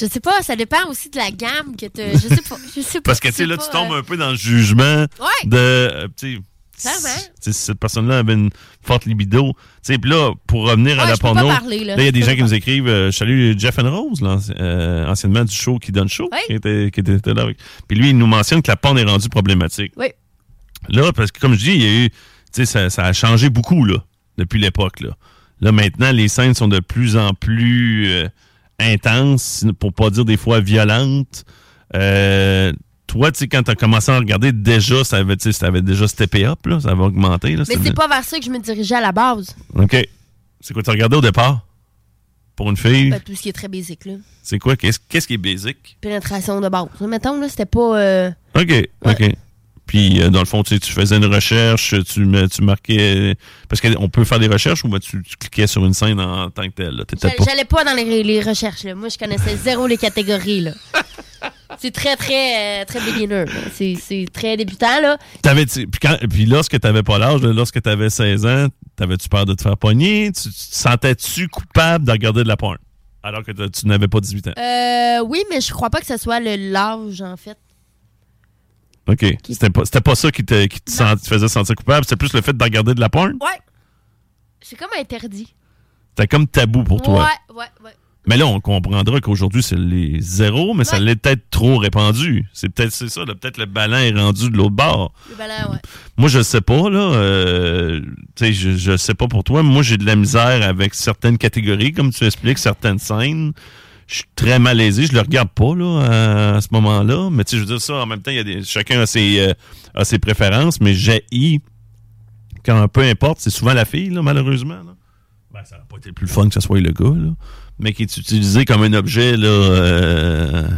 F: Je sais pas, ça dépend aussi de la gamme que t'as. Je sais pas. Je sais pas
E: Parce que,
F: je
E: tu sais, là,
F: sais
E: tu
F: pas,
E: tombes
F: euh,
E: un peu dans le jugement
F: Ouais.
E: de. euh, tu sais,
F: Clairement.
E: si- tu sais, si cette personne-là avait une forte libido. Tu sais, puis là, pour revenir à
F: Ouais,
E: la
F: je peux pas
E: porno.
F: parler, là.
E: il y a
F: Je
E: des
F: peux
E: gens
F: pas
E: qui
F: <laughs>
E: nous écrivent. euh, Je salue Jeff and Rose, l'anci- euh, anciennement du show qui donne show,
F: Ouais.
E: qui, était, qui était là avec. Puis lui, il nous mentionne que la porn est rendue problématique.
F: Oui.
E: Là, parce que, comme je dis, il y a eu. Tu sais, ça, ça a changé beaucoup, là. depuis l'époque. Là. là, maintenant, les scènes sont de plus en plus euh, intenses, pour pas dire des fois violentes. Euh, toi, tu sais, quand t'as commencé à regarder, déjà, ça avait, tu sais, ça avait déjà steppé up, là, ça avait augmenté. Là,
F: Mais c'est pas vers ça que je me dirigeais à la base.
E: OK. C'est quoi, tu regardais au départ? Pour une fille?
F: Ben, tout ce qui est très basique, là.
E: C'est quoi? Qu'est-ce qu'est-ce qui est basique?
F: Pénétration de base. Mettons, là, c'était pas. euh,
E: OK, OK. Puis, euh, dans le fond, tu sais, tu faisais une recherche, tu, me- tu marquais... Parce qu'on peut faire des recherches ou ben, tu, tu cliquais sur une scène en tant que telle. là. T'étais
F: J'allais
E: pas...
F: j'allais pas dans les, les recherches, là. Moi, je connaissais zéro les
E: <laughs>
F: catégories, là. C'est très, très, euh, très beginner. là. C'est c'est très débutant, là.
E: T'avais, tu- puis, quand- puis lorsque t'avais pas l'âge, là, lorsque t'avais 16 ans, t'avais-tu peur de te faire pogner? Tu, tu te sentais-tu coupable de regarder de la porn? Alors que t'as- tu n'avais pas 18 ans.
F: Euh, oui, mais je crois pas que ce soit le l'âge, en fait.
E: OK. C'était pas, c'était pas ça qui te, qui te sent- te faisait sentir coupable. C'était plus le fait de regarder de la porn.
F: Ouais. C'est comme interdit.
E: C'était comme tabou pour toi.
F: Ouais, ouais, ouais.
E: Mais là, on comprendra qu'aujourd'hui, c'est les zéros, mais ça l'est peut-être trop répandu. C'est peut-être c'est ça, là, peut-être le ballon est rendu de l'autre bord.
F: Le ballon, ouais.
E: Moi, je sais pas, là. euh, tu sais, je, je sais pas pour toi. mais Moi, j'ai de la misère avec certaines catégories, comme tu expliques, certaines scènes. Je suis très malaisé. Je le regarde pas, là, à, à ce moment-là. Mais tu sais, je veux dire ça, en même temps, il y a des, chacun a ses, euh, a ses préférences, mais j'ai quand peu importe, c'est souvent la fille, là, malheureusement. là. Ben, ça n'a pas été le plus fun que ce soit le gars, là. Mais qui est utilisé comme un objet, là, euh,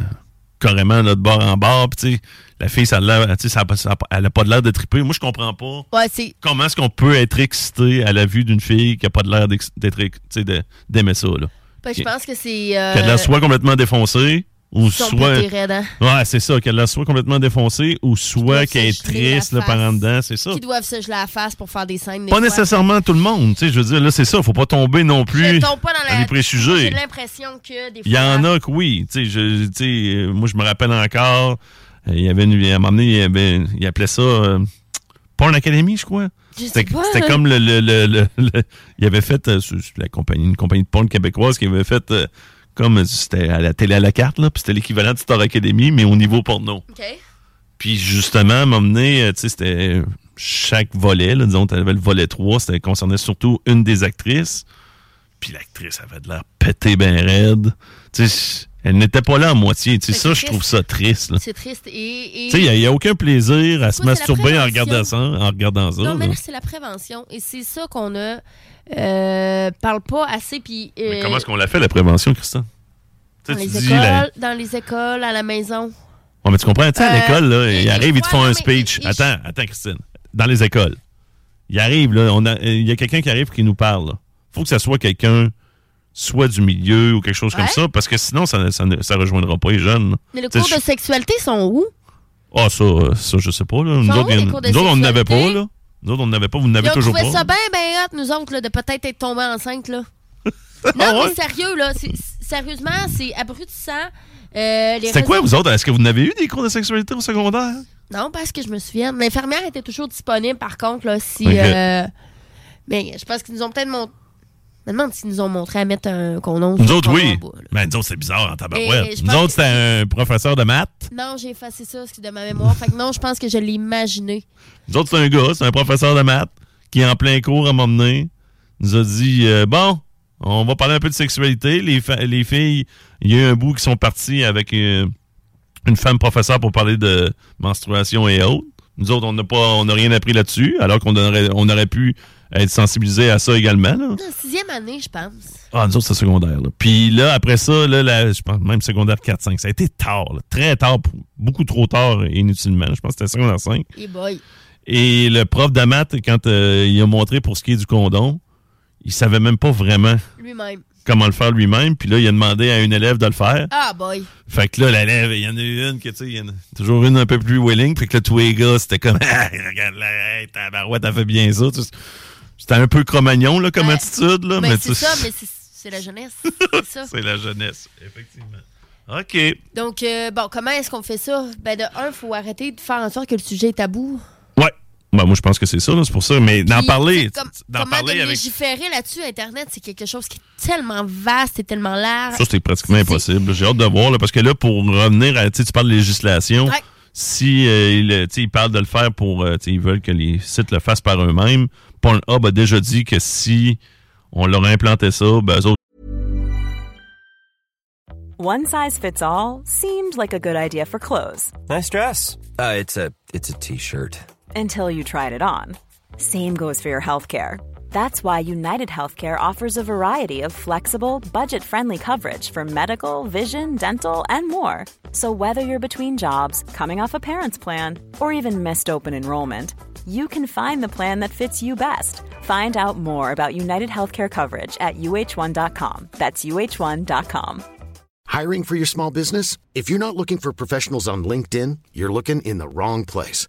E: carrément, là, de bord en bord. Puis, tu sais, la fille, ça a l'air- tu sais, ça a pas- ça a pas- elle n'a pas de l'air de triper. Moi, je comprends pas
F: Ouais, c'est.
E: comment est-ce qu'on peut être excité à la vue d'une fille qui n'a pas de l'air d'ex- d'être, ex- tu sais, de- d'aimer ça, là.
F: Ben,
E: Qui-
F: je pense que c'est. Euh,
E: Qu'elle a l'air soit complètement défoncée, ou
F: son
E: soit.
F: petit raide, hein,
E: Ouais, c'est ça, qu'elle a l'air soit complètement défoncée, ou soit
F: Qui doit
E: qu'elle est
F: se geler la
E: triste, là, par
F: face.
E: en dedans, c'est ça.
F: Qui doivent se geler la face pour faire des scènes. des
E: Pas
F: fois.
E: nécessairement tout le monde, tu sais, je veux dire, là, c'est ça, faut pas tomber non
F: Je
E: plus
F: tombe pas dans la-
E: les
F: J'ai
E: préjugés.
F: l'impression que des fois.
E: Il y en a que oui, tu sais, je- tu sais, euh, moi, je me rappelle encore, euh, il y avait une, à un moment donné, il, y avait- il appelait ça euh, Porn Academy, je crois.
F: Je sais
E: C'était
F: pas.
E: c'était comme le, le- le- le- le- il avait fait, euh, c'est- c'est la compagnie, une compagnie de porn québécoise qui avait fait euh, comme, euh, c'était à la télé à la carte, là, puis c'était l'équivalent de Star Academy, mais au niveau porno.
F: OK.
E: Puis justement, m'emmener, euh, tu sais, c'était euh, chaque volet, là, disons, t'avais le volet 3, c'était concernait surtout une des actrices. Puis l'actrice avait de l'air pété ben raide. Tu sais, elle n'était pas là à moitié. Tu sais,
F: Fait
E: ça,
F: que
E: je
F: c'est
E: trouve ça triste. là. Tu
F: C'est triste. Et. et-
E: sais, il n'y a, aucun plaisir à se
F: Ouais, c'est la
E: masturber en
F: prévention.
E: regardant ça. En regardant ça
F: Non, mais
E: là.
F: là, c'est la prévention. Et c'est ça qu'on a. Euh, parle pas assez. Puis. euh,
E: Mais comment est-ce qu'on l'a fait, la prévention, Christian? Tu
F: dans
E: sais, tu
F: les
E: dis,
F: écoles,
E: la-
F: dans les écoles, à la maison.
E: Ouais, mais tu comprends, tu sais, à
F: Euh,
E: l'école, là,
F: et-
E: ils
F: et
E: arrivent, ils te
F: ouais,
E: font
F: non,
E: un
F: mais-
E: speech.
F: et- et-
E: attends, attends, Christine. Dans les écoles. Ils arrivent, là, on a- euh, il y a quelqu'un qui arrive qui nous parle. là. faut que ça soit quelqu'un, soit du milieu ou quelque chose comme
F: Ouais.
E: ça, parce que sinon, ça, ne- ça, ne- ça rejoindra pas les jeunes. là.
F: Mais les
E: Tu sais,
F: cours de
E: je-
F: sexualité sont où?
E: Ah, ça, euh, ça, je sais pas, là. Nous
F: Sont
E: autres,
F: où les
E: il y en-
F: cours de
E: nous autres, on n'avait pas,
F: sexualité?
E: là. Nous autres, on n'avait pas, vous
F: Ils
E: n'avez
F: ont
E: toujours
F: trouvé
E: pas.
F: ça bien, bien hot, nous autres, là, de peut-être être tombés enceintes,
E: <laughs>
F: là.
E: Ah
F: Non,
E: ouais?
F: mais sérieux, là. c'est- c'est- Sérieusement, c'est abrutissant. Euh, les
E: C'était quoi,
F: réseaux-
E: vous autres? Est-ce que vous n'avez eu des cours de sexualité au secondaire?
F: Non, parce que je me souviens. L'infirmière était toujours disponible, par contre, là, si.
E: Ok.
F: euh, Mais je pense qu'ils nous ont peut-être montré. Je me demande s'ils nous ont montré à mettre un condom.
E: Nous
F: sur le
E: autres, oui.
F: condom en bas, là.
E: Mais nous autres, c'est bizarre en
F: Et- et
E: tabarouette.
F: je
E: Nous
F: pense
E: autres,
F: que-
E: c'était un professeur de maths.
F: Non, j'ai effacé ça c'est de ma mémoire. fait que non, je pense que je l'ai imaginé.
E: Nous autres, c'est un gars, c'est un professeur de maths qui, en plein cours à m'emmener, nous a dit euh, Bon, on va parler un peu de sexualité. Les, fa- les filles, il y a eu un bout qui sont partis avec euh, une femme professeure pour parler de menstruation et autres. Nous autres, on n'a pas, on n'a rien appris là-dessus, alors qu'on aurait, on aurait pu être sensibilisés à ça également. là.
F: En sixième année, je pense.
E: Ah, nous autres, c'est secondaire. Là. Puis là, après ça, là, la- je pense même secondaire 4-5. Ça a été tard, là, très tard, pour- beaucoup trop tard et inutilement. Je pense que c'était secondaire 5.
F: Et boy.
E: Et le prof de maths, quand euh, il a montré pour ce qui est du condom, il savait même pas vraiment
F: Lui-même.
E: comment le faire lui-même. Puis là, il a demandé à une élève de le faire.
F: Ah, boy.
E: Fait que là, l'élève, il y en a eu une que, tu sais, il y en a toujours une un peu plus willing. Fait que là, tous les gars, c'était comme, <laughs> Ah, regarde là, hey, tabarouette, t'as fait bien ça. Tu sais, C'était un peu cromagnon, là, comme
F: Ouais.
E: attitude, là.
F: Mais
E: Ah, tu
F: Ben, c'est
E: sais,
F: ça, mais c'est- c'est la jeunesse.
E: <laughs>
F: C'est ça.
E: c'est la jeunesse, effectivement. OK.
F: Donc, euh, bon, comment est-ce qu'on fait ça? Ben, de un, faut arrêter de faire en sorte que le sujet est tabou.
E: Ouais. Bah, moi, je pense que c'est ça, là, c'est pour ça. Mais d'en
F: Puis,
E: parler,
F: c'est comme-
E: d'en
F: comment
E: parler
F: de
E: avec.
F: légiférer là-dessus, Internet, c'est quelque chose qui est tellement vaste et tellement large.
E: Ça, c'est pratiquement impossible. J'ai hâte de voir, là, parce que là, pour revenir à, tu sais, tu parles de législation,
F: Ouais.
E: si euh, il, euh, tu sais, ils parlent de le faire pour, euh, tu sais, ils veulent que les sites le fassent par eux-mêmes, Pornhub a déjà dit que si on leur implantait ça, ben eux autres,
G: One size fits all seemed like a good idea for clothes
H: Nice dress. Uh, it's a it's a t-shirt.
G: until you tried it on. Same goes for your healthcare. That's why United Healthcare offers a variety of flexible, budget friendly coverage for medical, vision, dental, and more. So, whether you're between jobs, coming off a parent's plan, or even missed open enrollment, you can find the plan that fits you best. Find out more about United Healthcare coverage at uh1.com. That's uh1.com.
I: Hiring for your small business? If you're not looking for professionals on LinkedIn, you're looking in the wrong place.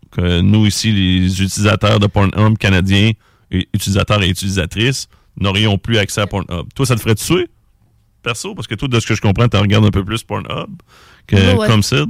E: Que nous, ici, les utilisateurs de Pornhub canadiens, et utilisateurs et utilisatrices, n'aurions plus accès à Pornhub. Toi, ça te ferait tuer, perso? Parce que toi, de ce que je comprends, tu regardes un peu plus Pornhub que
F: Ouais, ouais.
E: comme ça.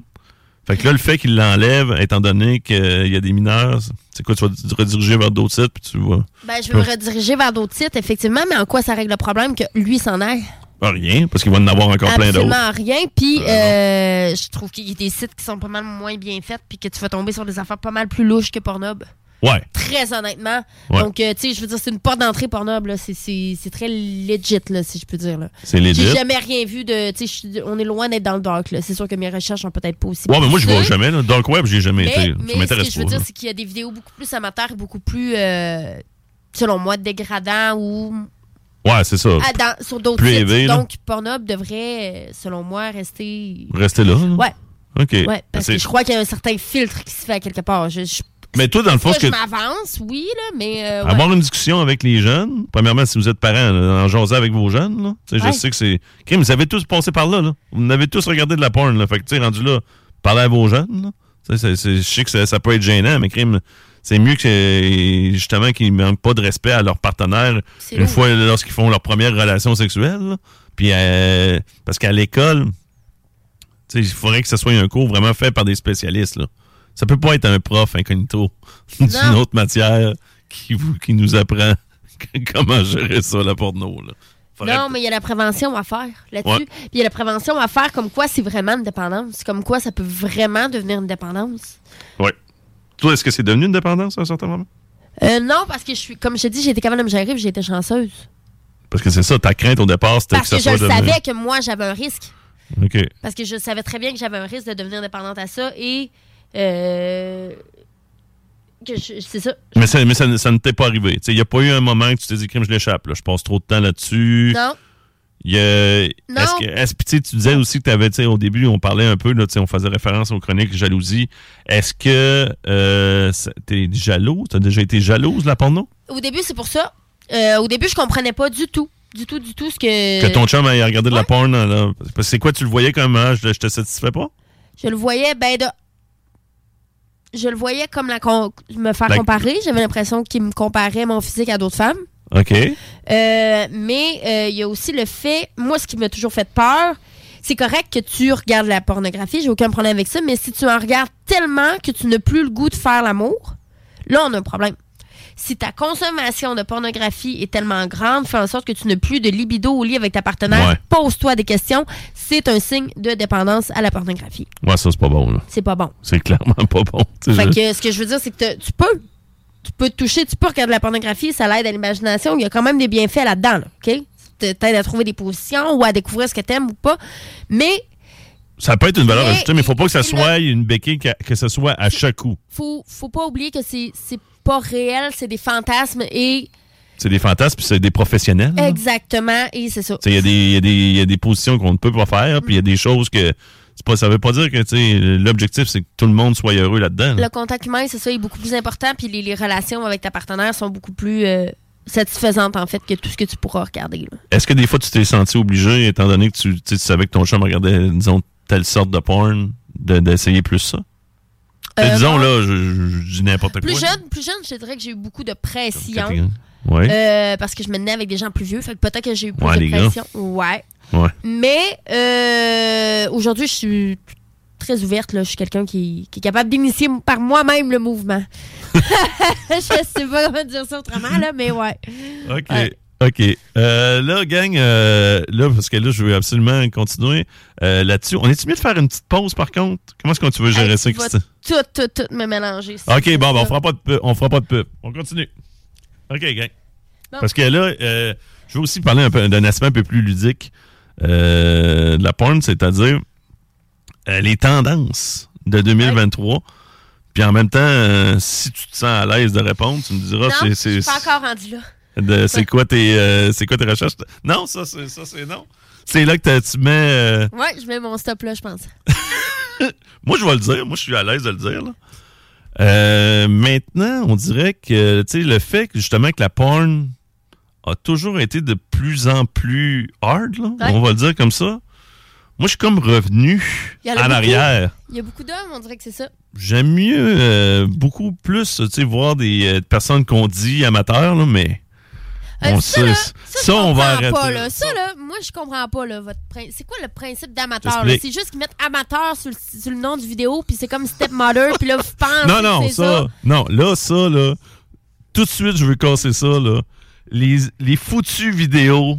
E: Fait que là, le fait qu'il l'enlève, étant donné qu'il y a des mineurs, c'est quoi, tu vas te rediriger vers d'autres sites, puis tu vois.
F: Ben, je vais me rediriger vers d'autres sites, effectivement, mais en quoi ça règle le problème que lui s'en aille?
E: ah, Rien, parce qu'il va en avoir encore plein d'autres. Ah,
F: Absolument rien. Puis, euh, je trouve qu'il y a des sites qui sont pas mal moins bien faits, puis que tu vas tomber sur des affaires pas mal plus louches que Pornhub.
E: Ouais.
F: Très honnêtement.
E: Ouais.
F: Donc, euh, tu sais, je veux dire, c'est une porte d'entrée Pornhub. là. C'est- C'est c'est très legit, là, si je peux dire. là.
E: C'est legit.
F: J'ai jamais rien vu de. Tu sais, je suis- on est loin d'être dans le dark. là. C'est sûr que mes recherches sont peut-être pas aussi.
E: Ouais, mais moi, je vois
F: poussées.
E: jamais, là. Dark Web, j'ai jamais
F: Mais,
E: été.
F: mais
E: ça
F: ce
E: m'intéresse pas.
F: que je veux dire,
E: là.
F: c'est qu'il y a des vidéos beaucoup plus amateurs, beaucoup plus, euh, selon moi, dégradants ou
E: Ouais, c'est ça.
F: ah, dans- sur d'autres
E: plus
F: sites.
E: élevé, là.
F: Donc, Pornhub devrait, euh, selon moi, rester.
E: Rester là. là.
F: Ouais.
E: OK. Ben,
F: Ouais, parce
E: C'est-
F: que je crois qu'il y a un certain filtre qui se fait à quelque part. Je, je,
E: Mais toi, dans le fond,
F: là,
E: ce que.
F: je m'avance, oui, là, mais. euh, ouais.
E: Avoir une discussion avec les jeunes, premièrement, si vous êtes parents, là, en jaser avec vos jeunes, là. Tu sais,
F: Ouais.
E: je sais que c'est. Crime, vous avez tous passé par là, là. Vous en avez tous regardé de la porn, là. Fait que, tu sais, rendu là, parlez à vos jeunes, là. Tu sais, c'est- c'est- je sais que ça, ça peut être gênant, mais crime, c'est mieux que, justement, qu'ils ne manquent pas de respect à leur partenaire
F: C'est
E: une
F: lourd.
E: fois lorsqu'ils font leur première relation sexuelle, là. Puis, euh, parce qu'à l'école, tu sais, il faudrait que ce soit un cours vraiment fait par des spécialistes, là. Ça peut pas être un prof incognito <laughs> d'une
F: Non.
E: autre matière qui, vous- qui nous apprend <laughs> que- comment gérer ça, la porno. Là. Faudrait-
F: Non, mais il y a la prévention à faire là-dessus.
E: Ouais.
F: Puis il y a la prévention à faire comme quoi c'est vraiment une dépendance, comme quoi ça peut vraiment devenir une dépendance.
E: Ouais. Toi, est-ce que c'est devenu une dépendance à un certain moment?
F: Euh, non, parce que je suis, comme je te dis, j'ai été capable de me gérer, puis j'ai été chanceuse.
E: Parce que c'est ça, ta crainte au départ, c'était
F: Parce
E: ça
F: que je le
E: soit devenu-
F: savais que moi, j'avais un risque.
E: OK.
F: Parce que je savais très bien que j'avais un risque de devenir dépendante à ça et. euh, que je- c'est ça.
E: Mais, ça, mais ça, ça ne t'est pas arrivé. Tu sais, Il n'y a pas eu un moment que tu t'es dit, crime, je l'échappe. là. Je passe trop de temps là-dessus.
F: Non.
E: Il y a-
F: Non.
E: Est-ce que, est-ce- puis tu sais, tu disais aussi que tu avais, au début, on parlait un peu, là, tu sais, on faisait référence aux chroniques jalousie. Est-ce que euh, ça- t'es jaloux? T'as déjà été jalouse, la porno?
F: Au début, c'est pour ça. Euh, au début, je comprenais pas du tout. Du tout, du tout ce que.
E: Que ton chum aille regarder de la porn, là. Parce que C'est quoi, tu le voyais comme, hein, je, je te satisfais pas?
F: Je le voyais, ben, de. Je le voyais comme la con- me faire
E: La-
F: comparer. J'avais l'impression qu'il me comparait mon physique à d'autres femmes.
E: OK.
F: Euh, mais euh, il y a aussi le fait, moi, ce qui m'a toujours fait peur, c'est correct que tu regardes la pornographie, j'ai aucun problème avec ça, mais si tu en regardes tellement que tu n'as plus le goût de faire l'amour, là, on a un problème. Si ta consommation de pornographie est tellement grande, fait en sorte que tu n'as plus de libido au lit avec ta partenaire,
E: Ouais.
F: pose-toi des questions. C'est un signe de dépendance à la pornographie.
E: Ouais, ça, c'est pas bon, là.
F: C'est pas bon.
E: C'est clairement <laughs> pas bon. tu sais,
F: Fait
E: je-
F: que ce que je veux dire, c'est que t'as- tu peux. Tu peux te toucher, tu peux regarder la pornographie, ça l'aide à l'imagination. Il y a quand même des bienfaits là-dedans, là, OK? Ça t'aide à trouver des positions ou à découvrir ce que t'aimes ou pas. Mais
E: Ça peut être une valeur
F: Mais-
E: ajoutée, mais il faut pas que ça
F: il- il
E: soit une béquille, que, que ce soit à chaque coup.
F: faut, faut pas oublier que c'est c'est pas réel, c'est des fantasmes et.
E: C'est des fantasmes, puis c'est des professionnels. là.
F: Exactement, et c'est ça.
E: Tu sais, Mhm. Il y, a des- il y a des- il y a des positions qu'on ne peut pas faire,
F: Mm.
E: puis il y a des choses que. c'est Pas, ça veut pas dire que tu sais, l'objectif, c'est que tout le monde soit heureux là-dedans. là.
F: Le contact humain, c'est ça, est beaucoup plus important, puis les, les relations avec ta partenaire sont beaucoup plus euh, satisfaisantes, en fait, que tout ce que tu pourras regarder. là.
E: Est-ce que des fois, tu t'es senti obligé, étant donné que tu, tu sais, tu savais que ton chum regardait, disons, telle sorte de porn, de- d'essayer plus ça? Tu sais,
F: Euh,
E: disons, là, je, je- je dis n'importe quoi.
F: Plus jeune, plus jeune, je te dirais que j'ai eu beaucoup de pression.
E: Catégor- Ouais.
F: hein. Euh, parce que je me tenais avec des gens plus vieux. Fait que peut-être que j'ai eu plus
E: Ouais, les
F: de
E: gars.
F: pression. Ouais.
E: Ouais.
F: Mais euh, aujourd'hui, je suis très ouverte. Là. Je suis quelqu'un qui, qui est capable d'initier par moi-même le mouvement. <laughs> je sais pas comment dire ça autrement, là, mais ouais.
E: OK. OK. Euh, là, gang, euh, là, parce que là, je veux absolument continuer euh, là-dessus. On est-tu mieux de faire une petite pause, par contre? Comment est-ce que tu veux gérer ça,
F: Tu vas
E: Christine?
F: tout, tout, tout me mélanger. ça.
E: OK, bon, ben, on fera pas de pub. On fera pas de pub. On continue. OK, gang.
F: Bon.
E: Parce que là, euh, je veux aussi parler un peu d'un aspect un peu plus ludique euh, de la porn, c'est-à-dire euh, les tendances de 2023. Puis en même temps, euh, si tu te sens à l'aise de répondre, tu me diras
F: Non,
E: c'est-
F: je
E: c'est
F: suis pas encore rendu là.
E: de- c'est quoi tes euh, c'est quoi tes recherches. Non, ça c'est ça c'est non. C'est là que t'as- tu mets. euh,
F: Ouais, je mets mon stop là, je pense.
E: Moi, je vais le dire. Moi, je suis à l'aise de le dire. là. Euh, maintenant, on dirait que tu sais, le fait que justement que la porn a toujours été de plus en plus hard, là,
F: Ouais.
E: on va le dire comme ça. Moi, je suis comme revenu
F: Il y en a
E: en
F: beaucoup.
E: arrière.
F: Il y a beaucoup d'hommes, on dirait que c'est ça.
E: J'aime mieux euh, beaucoup plus tu sais, voir des euh, personnes qu'on dit amateurs, là, mais
F: Euh,
E: on
F: ça,
E: sait-
F: là,
E: ça, on va
F: comprends
E: arrêter.
F: pas, là. Ça, là, moi, je comprends pas, là, votre prin- C'est quoi le principe d'amateur, là?
E: J'explique.
F: C'est juste qu'ils mettent amateur sur le, sur le nom du vidéo, puis c'est comme stepmother, puis là, vous pensez
E: Non,
F: que
E: non,
F: c'est
E: ça, Non, là, ça, là. Tout de suite, je veux casser ça, là. Les, les foutues vidéos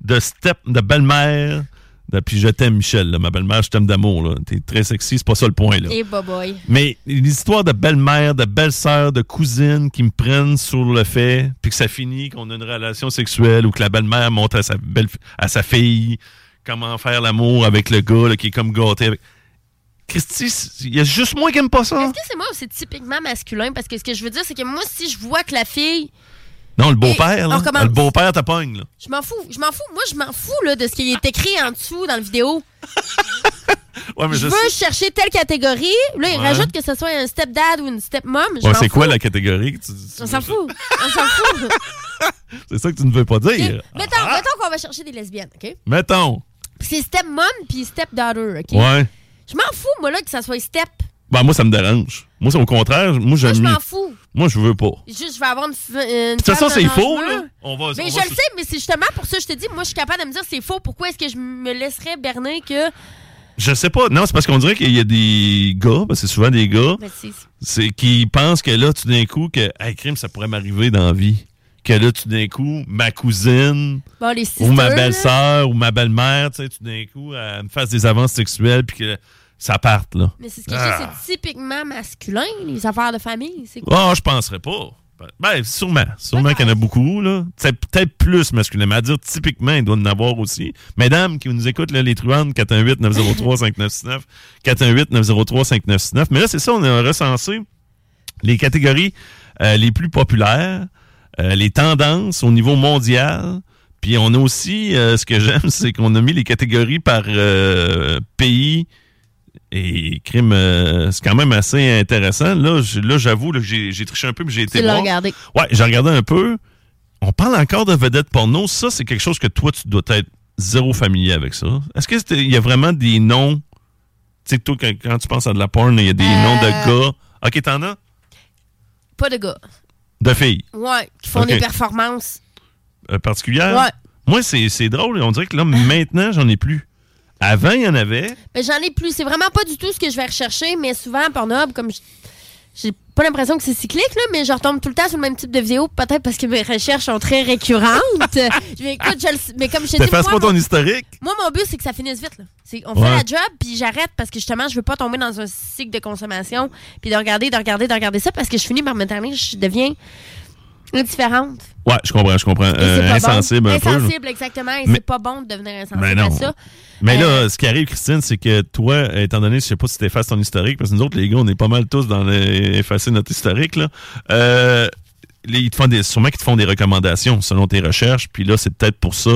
E: de step, de belle-mère. de- Puis je t'aime, Michel, là, ma belle-mère, je t'aime d'amour, là. T'es très sexy, c'est pas ça le point, là.
F: Et bye boy.
E: Mais l'histoire de belle-mère, de belle-sœur, de cousine qui me prennent sur le fait, puis que ça finit, qu'on a une relation sexuelle, ou que la belle-mère montre à sa, belle, à sa fille comment faire l'amour avec le gars là, qui est comme gâté. avec- Christy, c'est- il y a juste moi qui aime pas ça.
F: Est-ce que c'est moi ou c'est typiquement masculin? Parce que ce que je veux dire, c'est que moi, si je vois que la fille.
E: Non, le
F: Et
E: beau-père,
F: on
E: là.
F: recommence.
E: Le beau-père t'appogne, là.
F: Je m'en fous, je m'en fous. Moi, je m'en fous, là, de ce qui est écrit en dessous dans la vidéo.
E: Ouais, mais
F: Je
E: je
F: veux
E: sais-
F: chercher telle catégorie. Là,
E: Ouais.
F: il rajoute que ce soit un stepdad ou une stepmom. Je
E: Ouais,
F: m'en
E: c'est
F: fous.
E: quoi la catégorie? que tu- tu-
F: On s'en fout. On s'en fout.
E: C'est ça que tu ne veux pas <laughs> dire. Ah,
F: mettons mettons qu'on va chercher des lesbiennes, OK?
E: Mettons.
F: Puis C'est stepmom puis stepdaughter, OK?
E: Ouais.
F: Je m'en fous, moi, là, que ça soit step.
E: Ben, moi, ça me dérange. Moi, c'est au contraire. Moi, j'aime
F: Je
E: mieux.
F: m'en fous.
E: Moi, je veux pas.
F: Juste, je vais avoir une. f- une
E: De toute façon,
F: femme
E: c'est
F: dans le
E: faux,
F: chemin.
E: là. On va-
F: Mais
E: on
F: je
E: va
F: le
E: se-
F: sais, mais c'est justement pour ça que je te dis, moi, je suis capable de me dire c'est faux. Pourquoi est-ce que je me laisserais berner que.
E: Je sais pas. Non, c'est parce qu'on dirait qu'il y a des gars, parce que c'est souvent des gars,
F: Ben, c'est-
E: c'est qui pensent que là, tout d'un coup, que, hey, crime, ça pourrait m'arriver dans la vie. Que là, tout d'un coup, ma cousine,
F: Bon, les
E: ou ma
F: sisters,
E: belle-sœur, ou ma belle-mère, tu sais, tout d'un coup, elle me fasse des avances sexuelles, puis que ça parte, là.
F: Mais c'est ce que je
E: Ah.
F: dis, c'est typiquement masculin, les affaires de famille. C'est quoi?
E: Ah, je penserais pas. Ben, sûrement. Sûrement qu'il y en a beaucoup, là. C'est peut-être plus masculin. Mais à dire typiquement, il doit en avoir aussi. Mesdames qui nous écoutent, là, les truandes, <laughs> 418-903-5969, 418-903-5969. Mais là, c'est ça, on a recensé les catégories euh, les plus populaires, euh, les tendances au niveau mondial. Puis on a aussi, euh, ce que j'aime, <laughs> c'est qu'on a mis les catégories par euh, pays et crime. euh, c'est quand même assez intéressant. Là, j- là j'avoue, là, j'ai j'ai triché un peu, mais j'ai été
F: Tu l'as
E: voir.
F: regardé.
E: Ouais, j'ai regardé un peu. On parle encore de vedettes porno. Ça, c'est quelque chose que toi, tu dois être zéro familier avec ça. Est-ce qu'il y a vraiment des noms... Tu sais, toi, quand, quand tu penses à de la porn, il y a des
F: Euh,
E: noms de gars. OK, t'en as?
F: Pas de gars.
E: De filles
F: Ouais, qui font
E: Ok.
F: des performances.
E: euh, particulières.
F: Ouais.
E: Moi, c'est c'est drôle. On dirait que là, maintenant, j'en ai plus. Avant, il y en avait.
F: Ben, j'en ai plus. C'est vraiment pas du tout ce que je vais rechercher, mais souvent, Pornhub, comme je- j'ai pas l'impression que c'est cyclique, là, mais je retombe tout le temps sur le même type de vidéo, peut-être parce que mes recherches sont très récurrentes.
E: <laughs>
F: je vais- écoute, je le sais- mais comme je te dis,
E: T'effaces
F: moi,
E: pas Ben, ton
F: mon-
E: historique.
F: moi, mon but, c'est que ça finisse vite. Là. C'est- on
E: Ouais.
F: fait la job, puis j'arrête parce que justement, je veux pas tomber dans un cycle de consommation, puis de regarder, de regarder, de regarder ça, parce que je finis par me terminer, je deviens indifférente.
E: Ouais, je comprends, je comprends.
F: Et c'est
E: Euh,
F: pas bon.
E: insensible un peu. là.
F: Insensible, exactement. Et
E: Mais-
F: c'est pas bon de devenir insensible
E: Mais non.
F: à ça.
E: Mais
F: Euh,
E: là, ce qui arrive, Christine, c'est que toi, étant donné, je sais pas si t'effaces ton historique, parce que nous autres, les gars, on est pas mal tous dans le- effacer notre historique, là. Euh, les- ils te font des, sûrement qu'ils te font des recommandations selon tes recherches, puis là, c'est peut-être pour ça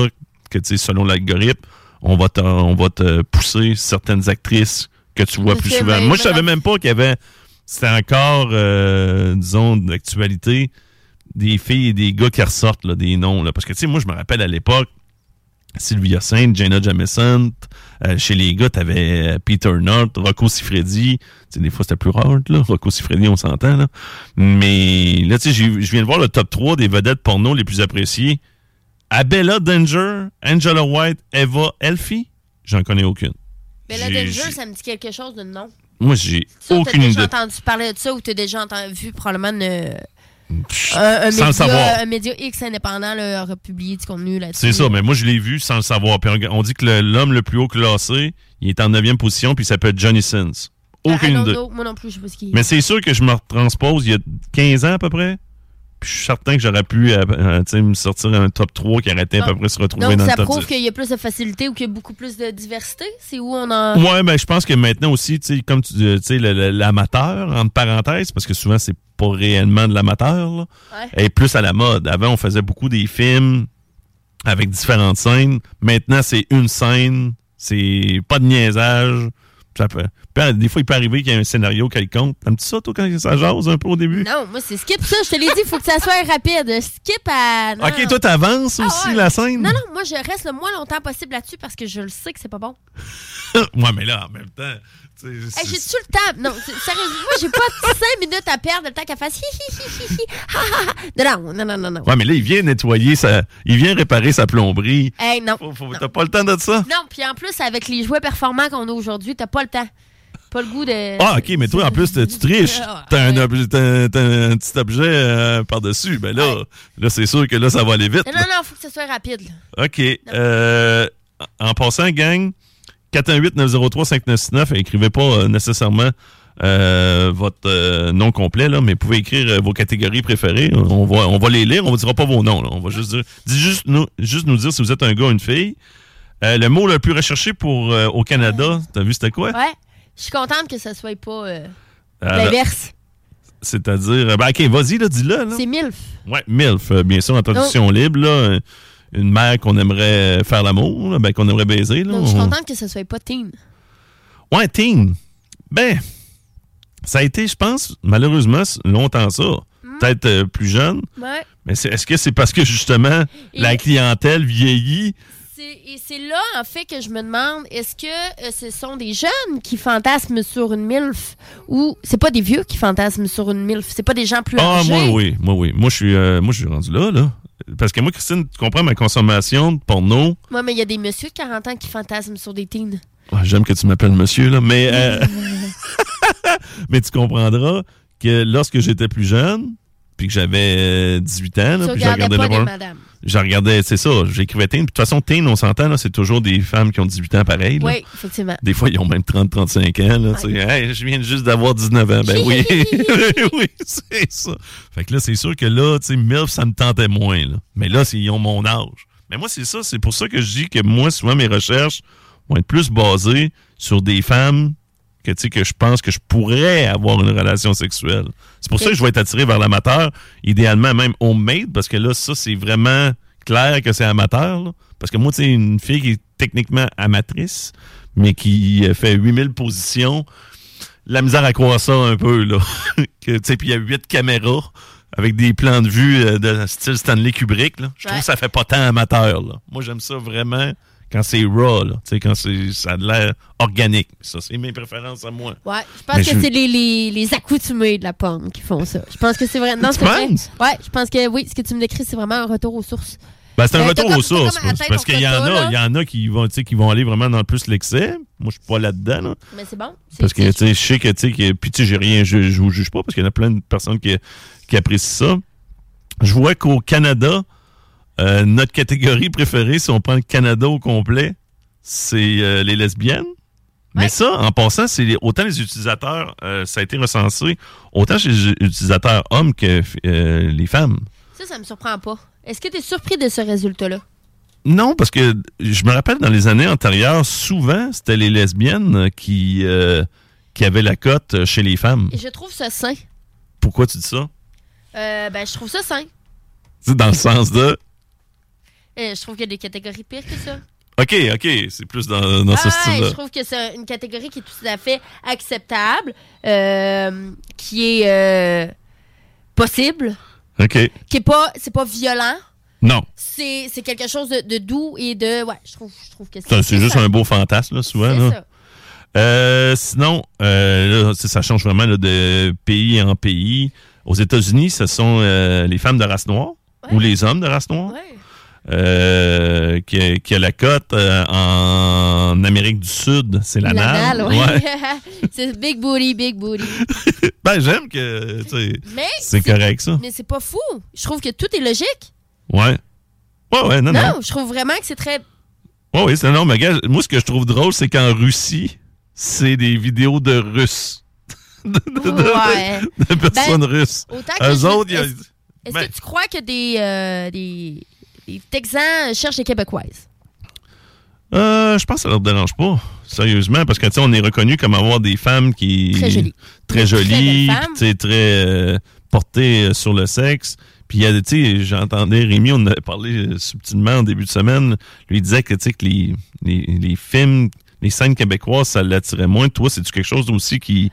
E: que, tu sais, selon l'algorithme, on va, t'en- on va te pousser certaines actrices que tu vois
F: Je
E: plus
F: sais,
E: souvent.
F: mais-
E: Moi, je
F: mais
E: savais
F: non.
E: même pas qu'il y avait, c'était encore, euh, disons, d'actualité, des filles et des gars qui ressortent, là, des noms, là. Parce que, tu sais, moi, je me rappelle à l'époque, Sylvia Saint, Jenna Jameson. Euh, chez les gars, t'avais euh, Peter North, Rocco Siffredi. Tu sais, des fois, c'était plus rare, là. Rocco Siffredi, on s'entend, là. Mais là, tu sais, j'ai- je viens de voir le top 3 des vedettes porno les plus appréciées. Abella Danger, Angela White, Eva Elfie. J'en connais aucune.
F: Mais là,
E: J'ai-
F: Danger,
E: j'ai-
F: ça me dit quelque chose de nom.
E: Moi, j'ai
F: Ça, t'as
E: aucune idée.
F: déjà entendu parler de ça ou t'as déjà entendu, vu probablement une- un, un
E: sans
F: média,
E: le savoir.
F: un média X indépendant là, aura publié du contenu là-dessus.
E: C'est ça, mais moi je l'ai vu sans le savoir. Puis on- on dit que le- l'homme le, plus haut classé, il est en 9e position, puis il s'appelle Johnny Sins.
F: I
E: Aucune
F: don't
E: idée.
F: know. Moi Ah, non plus, je sais pas ce qui.
E: Mais c'est sûr que je me retranspose il y a 15 ans à peu près. Puis je suis certain que j'aurais pu euh, euh, tu sais, me sortir un top 3 qui arrêtait à peu près de se retrouver
F: Donc,
E: dans
F: ça
E: le top
F: prouve
E: 10.
F: qu'il y a plus de facilité ou qu'il y a beaucoup plus de diversité. C'est où on en.
E: Ouais, ben je pense que maintenant aussi, tu sais, comme tu dis, tu sais, le- le- l'amateur, entre parenthèses, parce que souvent c'est pas réellement de l'amateur, là, est plus à la mode. Avant, on faisait beaucoup des films avec différentes scènes. Maintenant, c'est une scène, c'est pas de niaisage. Ça peut- puis, des fois, il peut arriver qu'il y a un scénario quelconque. T'aimes-tu ça, toi, quand ça jase un peu au début?
F: Non, moi, c'est skip ça. Je te l'ai dit, il faut que ça soit rapide. Skip à. non,
E: Ok,
F: non.
E: toi, t'avances aussi la scène?
F: Non, non, moi, je reste le moins longtemps possible là-dessus parce que je le sais que c'est pas bon.
E: <laughs> ouais, mais là, en même temps, tu sais,
F: Hey,
E: c'est-
F: J'ai-tu le temps? Non, c'est- sérieusement, moi, j'ai pas <laughs> 5 minutes à perdre le temps qu'elle fasse hi hi hi hi hi. ha, ha, ha. Non, non, non, non, non.
E: Ouais, mais là, il vient nettoyer sa. Il vient réparer sa plomberie.
F: Hey, non.
E: Oh, Faut- T'as pas le temps de ça?
F: Non, puis en plus, avec les jouets performants qu'on a aujourd'hui, t'as pas le temps. Pas le goût de.
E: Ah, ok, mais toi, en plus, tu triches.
F: Ah,
E: T'as un, objet- t'as- t'as un petit objet euh, par-dessus. Ben là, là c'est sûr que là, ça va aller vite.
F: Non,
E: là.
F: non, non, faut que ça soit rapide.
E: <laughs>
F: là.
E: OK. euh, en passant, gang, 418-903-5969, écrivez pas euh, nécessairement euh, votre euh, nom complet, là, mais pouvez écrire euh, vos catégories préférées. On va, on va les lire, on ne dira pas vos noms. là. On va juste dire. dites juste nous, juste nous dire si vous êtes un gars ou une fille. Euh, le mot le plus recherché pour euh, au Canada, t'as vu c'était quoi?
F: Ouais. Je suis contente que ça soit pas euh,
E: Euh,
F: l'inverse.
E: C'est-à-dire. euh, Ben, OK, vas-y, là, dis-le. là.
F: C'est Oh. MILF.
E: Ouais, MILF, euh, bien sûr, en traduction libre, là, euh, une mère qu'on aimerait euh, faire l'amour, là, ben, qu'on aimerait baiser. Là,
F: Donc, je suis
E: on-
F: contente que ça soit pas teen.
E: Ouais, teen. Ben, ça a été, je pense, malheureusement, c- longtemps ça.
F: Hmm.
E: Peut-être euh, plus jeune.
F: Ouais.
E: Mais c'est- est-ce que c'est parce que, justement, la clientèle vieillit?
F: C'est- Et c'est là, en fait, que je me demande est-ce que euh, ce sont des jeunes qui fantasment sur une MILF ou c'est pas des vieux qui fantasment sur une MILF C'est pas des gens plus
E: Ah,
F: âgés
E: moi, oui. Moi, oui. Moi, je suis euh, moi, je suis rendu là, là. Parce que moi, Christine, tu comprends ma consommation de porno.
F: Moi, mais il y a des messieurs de 40 ans qui fantasment sur des teens.
E: Ouais, Ah, J'aime que tu m'appelles monsieur, là, mais,
F: <laughs>
E: euh, <laughs> mais tu comprendras que lorsque j'étais plus jeune, puis que j'avais euh, 18 ans, là,
F: Tu
E: puis je
F: regardais
E: regardais
F: pas
E: le
F: des
E: porno.
F: madames.
E: Je regardais, c'est ça, j'écrivais Teen. Puis de toute façon, Teen, on s'entend, là, c'est toujours des femmes qui ont 18 ans pareil. là.
F: Oui, effectivement.
E: Des fois, ils ont même 30-35 ans. Là, tu sais, Hey, je viens juste d'avoir 19 ans. Ben oui, <laughs> oui c'est ça. Fait que là, c'est sûr que là, tu sais, MILF, ça me tentait moins. Là. Mais là, c'est- ils ont mon âge. Mais moi, c'est ça. C'est pour ça que je dis que moi, souvent, mes recherches vont être plus basées sur des femmes que, tu sais, que je pense que je pourrais avoir une relation sexuelle. C'est pour
J: Ok.
E: ça que je vais être attiré vers l'amateur, idéalement même homemade, parce que là, ça, c'est vraiment clair que c'est amateur. là. Parce que moi, tu sais, une fille qui est techniquement amatrice, mais qui euh, fait 8000 positions, la misère à croire ça un peu, là. <laughs> Que, tu sais, puis il y a huit caméras avec des plans de vue euh, de style Stanley Kubrick, là. Je trouve que ça fait pas tant amateur, là. Moi, j'aime ça vraiment quand c'est raw, là. Tu sais, quand c'est, ça a de l'air organique. Ça, c'est mes préférences à moi.
F: Ouais, je pense
E: Mais
F: que
E: je-
F: c'est les, les, les accoutumés de la pomme qui font ça. Je pense que c'est vrai. Non,
E: Tu
F: c'est vrai.
E: penses?
F: Ouais, je pense que oui, ce que tu me décris, c'est vraiment un retour aux sources.
E: Ben, c'est un
F: Euh,
E: retour
F: t'as
E: aux
F: comme- t'as
E: sources,
F: comme à la
E: parce-
F: tête
E: parce qu'il y en
F: ton
E: a,
F: cas,
E: il y en a qui vont, tu sais, qui vont aller vraiment dans le plus l'excès. Moi, je suis pas là-dedans, là.
F: Mais c'est bon. C'est-
E: Parce que, tu sais, je sais que, tu sais, que- puis, tu sais, j'ai rien, je, je vous juge pas, parce qu'il y en a plein de personnes qui, qui apprécient ça. Je vois qu'au Canada, euh, notre catégorie préférée, si on prend le Canada au complet, c'est euh, les lesbiennes. Mais ça, en passant, c'est les- autant les utilisateurs, euh, ça a été recensé, autant chez les utilisateurs hommes que euh, les femmes.
F: Ça, ça me surprend pas. Est-ce que tu es surpris de ce résultat-là?
E: Non, parce que je me rappelle dans les années antérieures, souvent, c'était les lesbiennes qui, euh, qui avaient la cote euh, chez les femmes.
F: Et je trouve ça sain.
E: Pourquoi tu dis ça?
F: Euh, ben, je trouve ça sain.
E: C'est dans le sens de.
F: Euh, je trouve qu'il y a des catégories pires que ça.
E: OK, OK, c'est plus dans, dans
F: Ah
E: ce
F: ouais,
E: style-là.
F: je trouve que c'est une catégorie qui est tout à fait acceptable, euh, qui est euh, possible,
E: OK.
F: qui est pas, c'est pas violent.
E: Non.
F: C'est c'est quelque chose de, de doux et de. Ouais, je trouve, je trouve que
E: C'est c'est juste
F: ça.
E: un beau fantasme, là, souvent.
F: C'est
E: là.
F: ça.
E: Euh, sinon, euh, là, ça ça change vraiment là, de pays en pays. Aux États-Unis, ce sont euh, les femmes de race noire ou les hommes de race noire euh, qui, qui a la cote. Euh, en Amérique du Sud, c'est la,
F: L'anal,
E: nalle.
F: ouais.
E: Ouais.
F: <laughs> c'est big booty, big booty.
E: Ben, j'aime que tu sais,
F: Mais
E: c'est correct, ça.
F: Mais c'est pas fou. Je trouve que tout est logique.
E: Ouais. Ouais, ouais, non, non.
F: je trouve vraiment que
E: <laughs>
F: c'est très.
E: Ouais, oui, c'est non, mais gars, moi, ce que je trouve drôle, c'est qu'en Russie, c'est des vidéos de Russes. <laughs> de, de- de-
F: Ouais.
E: de personnes
F: Ben,
E: russes.
F: Autant que
E: Eux
F: je-
E: autres, il y a-
F: Est-ce est-ce
E: ben,
F: que tu crois que des, euh, des, des Texans cherchent des Québécoises?
E: Euh, je pense que ça leur dérange pas, sérieusement, parce que tu sais, on est reconnu comme avoir des femmes qui
F: Très jolies.
E: très
F: belles
E: jolies,
F: femmes.
E: puis, tu sais, très euh, portées euh, sur le sexe. Puis il y a, tu sais, j'entendais Rémi, on en avait parlé euh, subtilement en début de semaine, lui il disait que tu sais que les, les, les films, les scènes québécoises, ça l'attirait moins. Toi, c'est tu quelque chose aussi qui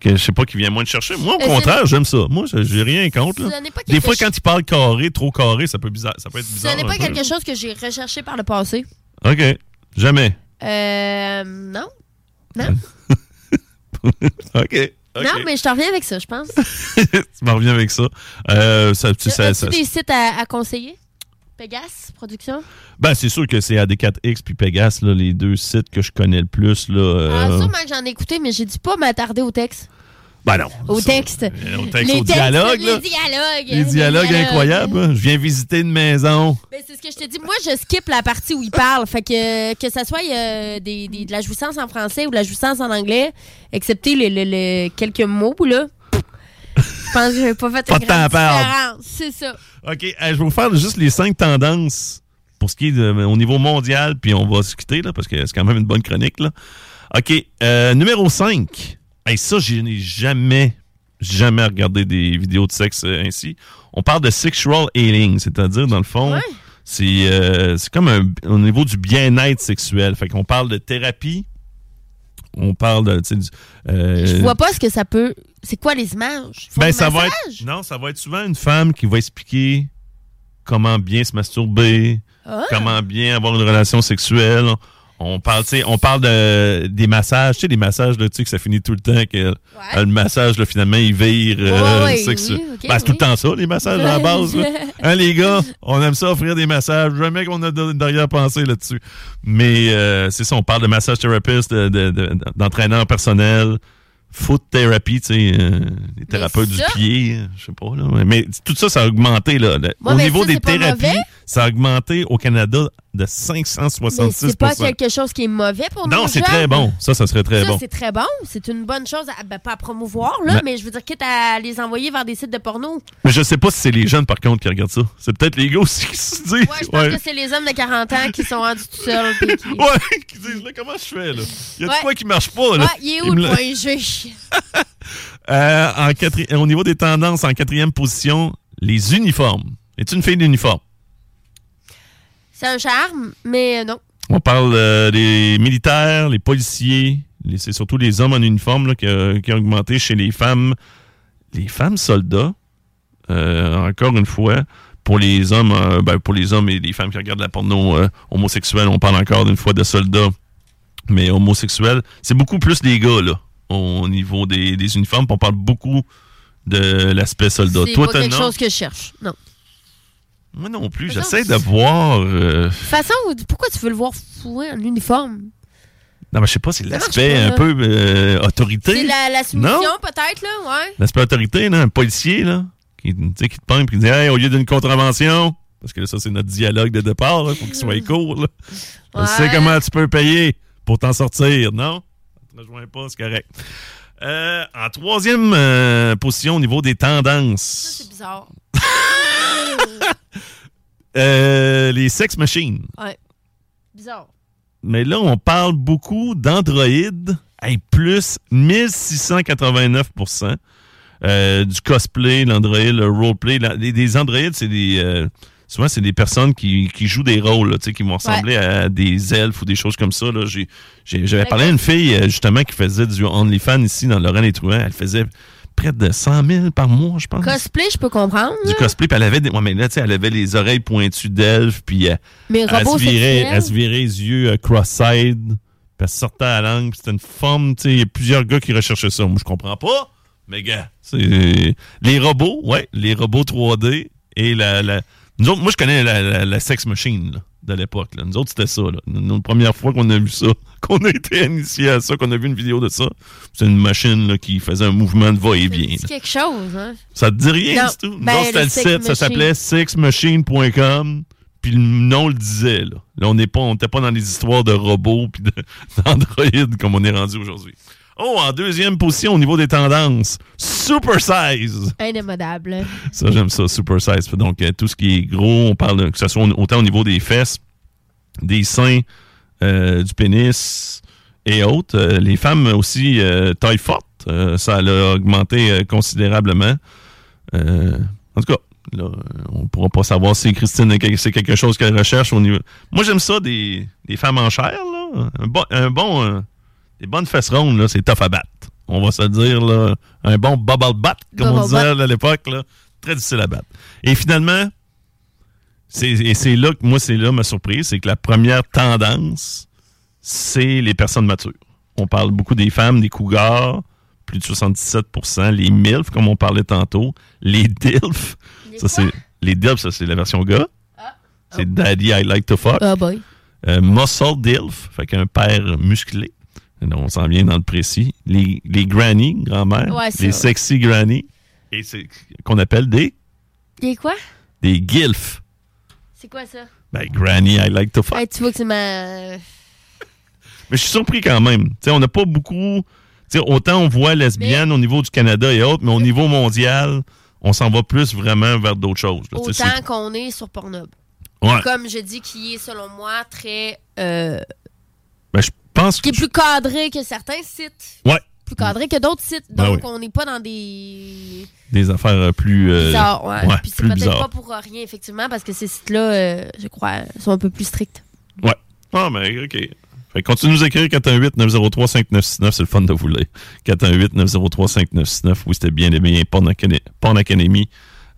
E: que je sais pas qui vient moins de chercher. Moi, au
F: Euh, c'est-
E: contraire, j'aime ça. Moi, je- j'ai rien contre. là.
F: Ce n'est pas
E: Des
F: quelque
E: fois,
F: ch-
E: quand il parle carré, trop carré, ça peut bizarre, ça peut être bizarre.
F: Ce n'est
E: un
F: pas
E: peu.
F: quelque chose que j'ai recherché par le passé.
E: Ok, jamais.
F: Euh, non. Non.
E: OK. OK.
F: Non, mais je t'en reviens avec ça, je pense.
E: <laughs> Tu m'en reviens avec ça. Euh, ça, tu- ça-
F: As-tu
E: ça-
F: des sites à, à conseiller? Pegasus, production?
E: Ben, c'est sûr que c'est AD4X puis Pegasus, là, les deux sites que je connais le plus. Là,
F: Ah,
E: euh,
F: sûrement que j'en ai écouté, mais j'ai dû pas m'attarder au texte.
E: ben non.
F: Au texte.
E: euh, au texte, au dialogue,
F: Les
E: là.
F: dialogues.
E: Les dialogues incroyables. hein. Je viens visiter une maison.
F: Ben, c'est ce que je te dis. Moi, je skip la partie où il parle. Fait que que ça soit euh, des, des- de la jouissance en français ou de la jouissance en anglais, excepté les, les- les quelques mots, là. Je pense que j'ai pas fait
E: Pas
F: une
E: de temps à
F: grande
E: perdre.
F: différence. C'est ça.
E: OK, euh, je vais vous faire juste les cinq tendances pour ce qui est de- euh, au niveau mondial, puis on va se quitter, là, parce que c'est quand même une bonne chronique. Là. OK, euh, numéro 5. Et ça, je n'ai jamais, jamais regardé des vidéos de sexe euh, ainsi. On parle de sexual healing, c'est-à-dire, dans le fond, c'est euh, c'est comme un- au niveau du bien-être sexuel. Fait qu'on parle de thérapie, on parle de... tu sais, du- euh,
F: Je vois pas ce que ça peut. C'est quoi les images? Faut
E: ben,
F: un
E: ça va
F: massage?
E: être. Non, ça va être souvent une femme qui va expliquer comment bien se masturber,
F: Ah.
E: comment bien avoir une relation sexuelle. On parle, tu sais, on parle de, des massages, tu sais, des massages, là, tu sais, que ça finit tout le temps, que euh, le massage, là, finalement, il vire euh,
F: Ouais, ouais,
E: sexu-
F: oui, ok,
E: Ben, c'est tout le
F: oui.
E: temps ça, les massages, à la base.
F: <laughs>
E: là. Hein, les gars, on aime ça offrir des massages. Jamais qu'on a de- d'arrière-pensée là-dessus. Mais euh, c'est ça, on parle de massage therapiste, de- de- de- d'entraîneur personnel, foot therapy, tu sais, euh, les thérapeutes du
F: ça-
E: pied, euh, je sais pas. Là, mais tout ça, ça a augmenté. Là, Le-
F: Ouais,
E: au
F: mais
E: niveau
F: ça,
E: des
F: c'est pas mauvais?
E: thérapies, ça a augmenté au Canada de
F: Mais
E: 566
F: c'est pas quelque chose qui est mauvais pour nous.
E: Non, c'est très bon. Ça, ça serait très
F: ça,
E: bon.
F: c'est très bon. C'est une bonne chose, à, ben, pas à promouvoir, là,
E: Ben-
F: mais je veux dire, quitte à les envoyer vers des sites de porno.
E: Mais je sais pas si c'est les jeunes, par contre, qui regardent ça. C'est peut-être les gars aussi qui se disent. Ouais,
F: Je pense que c'est les hommes de 40 ans qui sont rendus tout seuls. puis
E: <laughs>
F: qui-
E: Ouais, qui disent, là, comment je fais, là? Il y a de
F: Ouais.
E: quoi qui marche pas, là?
F: Ouais, il est où
E: me
F: le
E: l'a-
F: point G?
E: Euh, en quatri- Au niveau des tendances, en quatrième position, les uniformes. Es-tu une fille d'uniforme?
F: C'est un charme, mais euh, non.
E: On parle euh, des militaires, les policiers, les- c'est surtout les hommes en uniforme là, qui, a, qui a augmenté chez les femmes. Les femmes soldats, euh, encore une fois, pour les hommes euh, ben, pour les hommes et les femmes qui regardent la porno euh, homosexuelle, on parle encore une fois de soldats, mais homosexuels. C'est beaucoup plus les gars, là, au niveau des, des uniformes. puis On parle beaucoup de l'aspect soldat.
F: C'est
E: Toi,
F: pas
E: t'as
F: quelque
E: non?
F: chose que je cherche. Non.
E: Moi non plus, j'essaie de voir... euh,
F: De toute façon, pourquoi tu veux le voir fouet en uniforme?
E: Non, mais je sais pas, c'est
F: Ça marche
E: l'aspect
F: pas,
E: un
F: là.
E: peu euh, autorité.
F: C'est la, la
E: Non?
F: soumission, peut-être, là, ouais.
E: L'aspect autorité, là, un policier, là, qui, tu sais, qui te pomme et qui dit Hey, au lieu d'une contravention, parce que là, ça, c'est notre dialogue de départ, il faut qu'il soit court. Là. On sait
J: Ouais.
E: comment tu peux payer pour t'en sortir, non? Je te rejoins pas, c'est correct. Euh, en troisième euh, position au niveau des tendances,
F: C'est bizarre.
E: euh, les sex machines.
F: Ouais. Bizarre.
E: Mais là, on parle beaucoup d'Android, hey, plus 1689 euh, du cosplay, l'Android, le roleplay. La- les- des Android, c'est des. euh, souvent, c'est des personnes qui, qui jouent des rôles, là, tu sais, qui vont ressembler à des elfes ou des choses comme ça. là. J'ai- j'ai- J'avais parlé à une fille, euh, justement, qui faisait du OnlyFans ici dans Laurent et Trouin. Elle faisait près de 100 000 par mois, je pense.
F: Cosplay, je peux comprendre.
E: Du cosplay, puis elle avait des. Ouais, mais là, tu sais, elle avait les oreilles pointues d'elfe, puis euh, elle,
F: Mais
E: elle
F: robot
E: se virait,
F: sexuel?
E: elle se virait les yeux euh, cross-eyed, puis elle sortait la langue, puis c'était une forme, tu sais, il y a plusieurs gars qui recherchaient ça. Moi, je comprends pas, mais gars, c'est. Les robots, ouais, les robots 3D et la. la- Nous autres, moi, je connais la, la- la sex machine, là, De l'époque. là. Nous autres, c'était ça. Là. Nous, nous, la première fois qu'on a vu ça, <laughs> qu'on a été initié à ça, qu'on a vu une vidéo de ça, c'est une machine là, qui faisait un mouvement de va-et-vient. là.
F: C'est quelque chose, hein?
E: Ça te dit rien
F: Non.
E: du tout.
F: Ben,
E: non,
F: le
E: c'était le
F: Sex
E: site, ça
F: Machine.
E: s'appelait sexmachine.com. Puis le nom le disait, là. Là, on n'est pas, on n'était pas dans les histoires de robots puis de- <laughs> d'androïdes comme on est rendu aujourd'hui. Oh, en deuxième position au niveau des tendances, super size.
F: Indémodable.
E: Ça, j'aime ça, super size. Donc, euh, tout ce qui est gros, on parle, de- que ce soit au- autant au niveau des fesses, des seins, euh, du pénis et autres. Euh, les femmes aussi, euh, taille forte, euh, ça a augmenté euh, considérablement. Euh, en tout cas, là, on pourra pas savoir si Christine, a quel- c'est quelque chose qu'elle recherche au niveau. Moi, j'aime ça, des, des femmes en chair, là. Un bon. Un bon euh, des bonnes fesses rondes, là, c'est tough à battre. On va se le dire, là, un bon bubble bat, comme on
J: Bubble
E: disait
J: butt.
E: à l'époque, là, très difficile à battre. Et finalement, c'est- et c'est là que moi, c'est là ma surprise, c'est que la première tendance, c'est les personnes matures. On parle beaucoup des femmes, des cougars, plus de 77 les MILF, comme on parlait tantôt, les DILF. Ça, c'est, les DILF, ça, c'est la version gars.
F: Ah.
E: C'est Daddy I Like to Fuck.
F: Oh boy.
E: Euh, muscle DILF, fait qu'un père musclé. Donc, on s'en vient dans le précis. Les, les granny, grand-mère.
F: Ouais, c'est
E: les
F: ça.
E: sexy granny. Et c'est qu'on appelle des,
F: Il est quoi?
E: des GILF.
F: C'est quoi ça?
E: Ben, granny, I like to fuck.
F: Hey, tu vois que c'est
E: Ah,
F: ma.
E: Mais je suis surpris quand même. Tu sais, on n'a pas beaucoup. tu sais, autant on voit lesbiennes au niveau du Canada et autres, mais au niveau mondial, on s'en va plus vraiment vers d'autres choses. là. Tu sais,
F: Autant qu'on est sur Pornhub.
E: c'est- ouais.
F: Comme je dis, qui est, selon moi, très. euh,
E: Ben, je pense
F: qui
E: que.
F: est plus cadré que certains sites.
E: Ouais.
F: Plus cadré que d'autres sites.
E: Ben
F: Donc,
E: oui.
F: on n'est pas dans des.
E: Des affaires euh, plus. euh,
F: bizarres. ouais.
E: ouais,
F: Puis c'est
E: plus
F: peut-être
E: bizarres.
F: pas pour rien, effectivement, parce que ces sites-là, euh, je crois, sont un peu plus stricts.
E: Ouais. Ah, mais OK. Fait que continue de nous écrire 418-903-5969. C'est le fun de vous lire. 418-903-5969. Oui, c'était bien les bien Porn Academy. Porn Academy.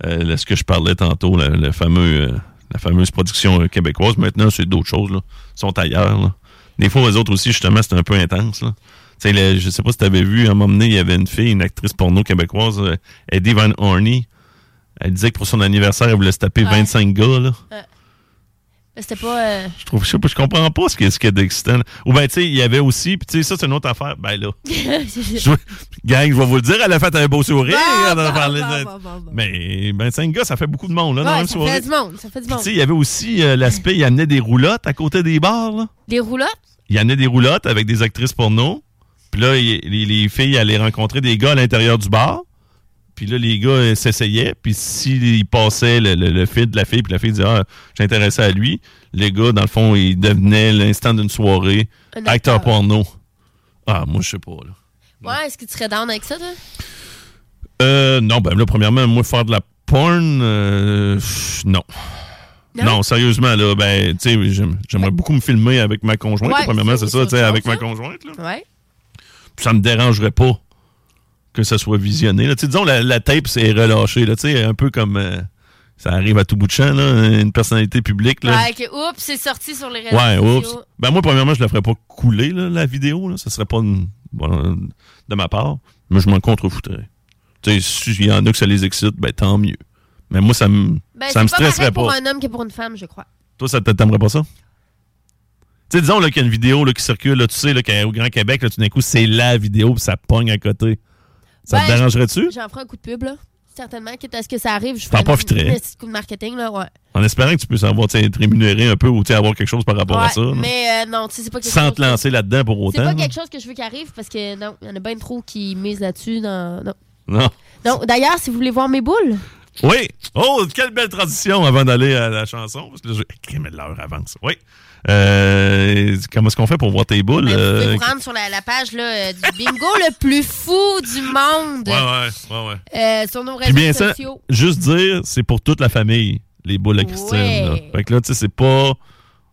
E: Euh, là, ce que je parlais tantôt, la, la fameux, euh, la fameuse production euh, québécoise. Maintenant, c'est d'autres choses. Là. Ils sont ailleurs. là. Des fois, eux autres aussi, justement, c'est un peu intense. Là. Tu sais, le- je sais pas si tu avais vu, à un moment donné, il y avait une fille, une actrice porno québécoise, euh, Eddie Van Horney. Elle disait que pour son anniversaire, elle voulait se taper
F: Ouais.
E: 25 gars. Là.
F: Mais C'était pas. euh, <laughs>
E: Je trouve, je sais pas, je comprends pas ce qu'il y a- ce qu'il y a d'excitant. là. Ou ben, tu sais, il y avait aussi, puis tu sais, ça, c'est une autre affaire. Ben là. <laughs> je, gang, je vais vous le dire, elle a fait un beau sourire.
F: Ah, Bah,
E: on en parlait de- Mais 25 gars, ça fait beaucoup de monde, là, dans la
F: ouais,
E: même
F: ça
E: soirée.
F: fait du monde. Ça fait du
E: Puis,
F: monde.
E: tu sais, il y avait aussi euh, l'aspect, il amenait des roulottes à côté des bars, là.
F: Des roulottes?
E: Il amenait des roulottes avec des actrices porno. Puis là, il- les, les filles allaient rencontrer des gars à l'intérieur du bar. Puis là, les gars euh, s'essayaient. Puis s'ils passaient le, le, le fil de la fille, puis la fille disait Ah, je suis intéressé à lui. Les gars, dans le fond, ils devenaient l'instant d'une soirée
F: Un
E: acteur. porno. Ah, moi, je sais pas, là.
F: Ouais, est-ce que tu serais down avec ça, toi?
E: Euh, non, ben là, premièrement, moi, faire de la porn, euh, pff, non.
F: Non?
E: non. sérieusement, là, ben, tu sais, j'aime- j'aimerais beaucoup me filmer avec ma conjointe,
F: Ouais,
E: premièrement, c'est ça, tu sais, avec ma conjointe.
F: Ouais.
E: ça me dérangerait pas que ça soit visionné. Là. Tu sais, Disons, la, la tape c'est relâché, là, tu sais, un peu comme euh, ça arrive à tout bout de champ, là, une personnalité publique. Là.
F: Ouais, que oups, c'est sorti sur les réseaux
E: Ouais,
F: sociaux.
E: oups. Ben moi, premièrement, je la ferais pas couler, là, la vidéo. Là. Ça serait pas une- bon, de ma part. Mais je m'en contrefoutrais. Tu sais, s'il y en a que ça les excite, ben tant mieux. Mais moi, ça me
F: Ben,
E: ça me
F: c'est pas pareil
E: stresserait pas.
F: pour un homme que pour une femme, je crois.
E: Toi, ça te- t'aimerais pas ça? Tu sais, disons là, qu'il y a une vidéo là, qui circule, là, tu sais, là, qu'à- au Grand Québec, là, tout d'un coup, c'est la vidéo, puis ça pogne à côté. Ça te
F: Ben,
E: dérangerait-tu?
F: J'en ferai un coup de pub, là. Certainement, quitte à ce que ça arrive, je
E: T'en
F: ferai
E: profiterais.
F: un petit coup de marketing, là, ouais.
E: En espérant que tu puisses avoir, tu sais, être rémunéré un peu ou tu sais, avoir quelque chose par rapport
F: Ouais,
E: à ça. là.
F: mais euh, non, tu sais, c'est pas quelque
E: Sans
F: chose.
E: te lancer là-dedans pour
F: C'est
E: autant.
F: pas
E: là.
F: quelque chose que je veux qu'arrive parce que non, il y en a bien trop qui misent là-dessus. Dans... Non.
E: Non.
F: Non, d'ailleurs, si vous voulez voir mes boules,
E: Oui. Oh, quelle belle transition avant d'aller à la chanson. Parce que là, je... Crime, l'heure avance. Oui. Euh, comment est-ce qu'on fait pour voir tes boules?
F: Ben, vous
E: euh,
F: pouvez vous rendre sur la, la page là, euh, du bingo le plus fou du monde
E: Ouais, ouais, ouais, ouais.
F: euh, sur nos
E: Puis
F: réseaux
E: bien ça,
F: sociaux.
E: juste dire, c'est pour toute la famille, les boules à Christine.
F: Ouais.
E: là. Fait que là, tu sais, c'est euh, pas.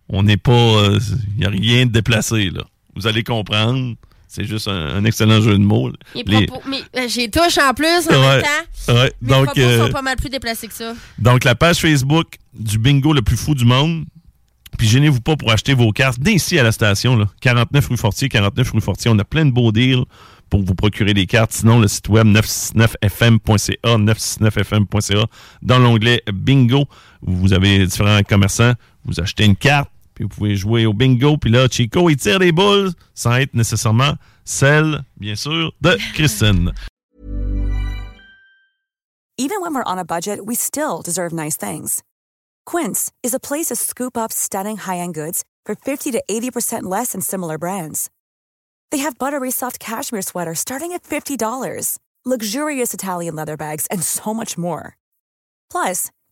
E: On n'est pas. Il n'y a rien de déplacé, là. Vous allez comprendre. C'est juste un, un excellent jeu de mots.
F: Mes
E: Les-
F: propos- mes- euh, J'ai touche en plus en
E: Ouais,
F: même temps.
E: ouais,
F: Mes
E: donc,
F: propos
E: euh,
F: sont pas mal plus déplacés que ça.
E: Donc, la page Facebook du bingo le plus fou du monde. Puis, gênez-vous pas pour acheter vos cartes d'ici à la station. Là. 49 rue Fortier, 49 rue Fortier. On a plein de beaux deals pour vous procurer des cartes. Sinon, le site web 969fm.ca, 969fm.ca. Dans l'onglet bingo, vous avez différents commerçants. Vous achetez une carte, puis vous pouvez jouer au bingo. Puis là, Chico, il tire des boules sans être nécessairement celle, bien sûr, de Christine.
K: Even when we're on a budget, we still deserve nice things. Quince is a place to scoop up stunning high-end goods for 50 to 80% less than similar brands. They have buttery soft cashmere sweaters starting at $50, luxurious Italian leather bags, and so much more. Plus,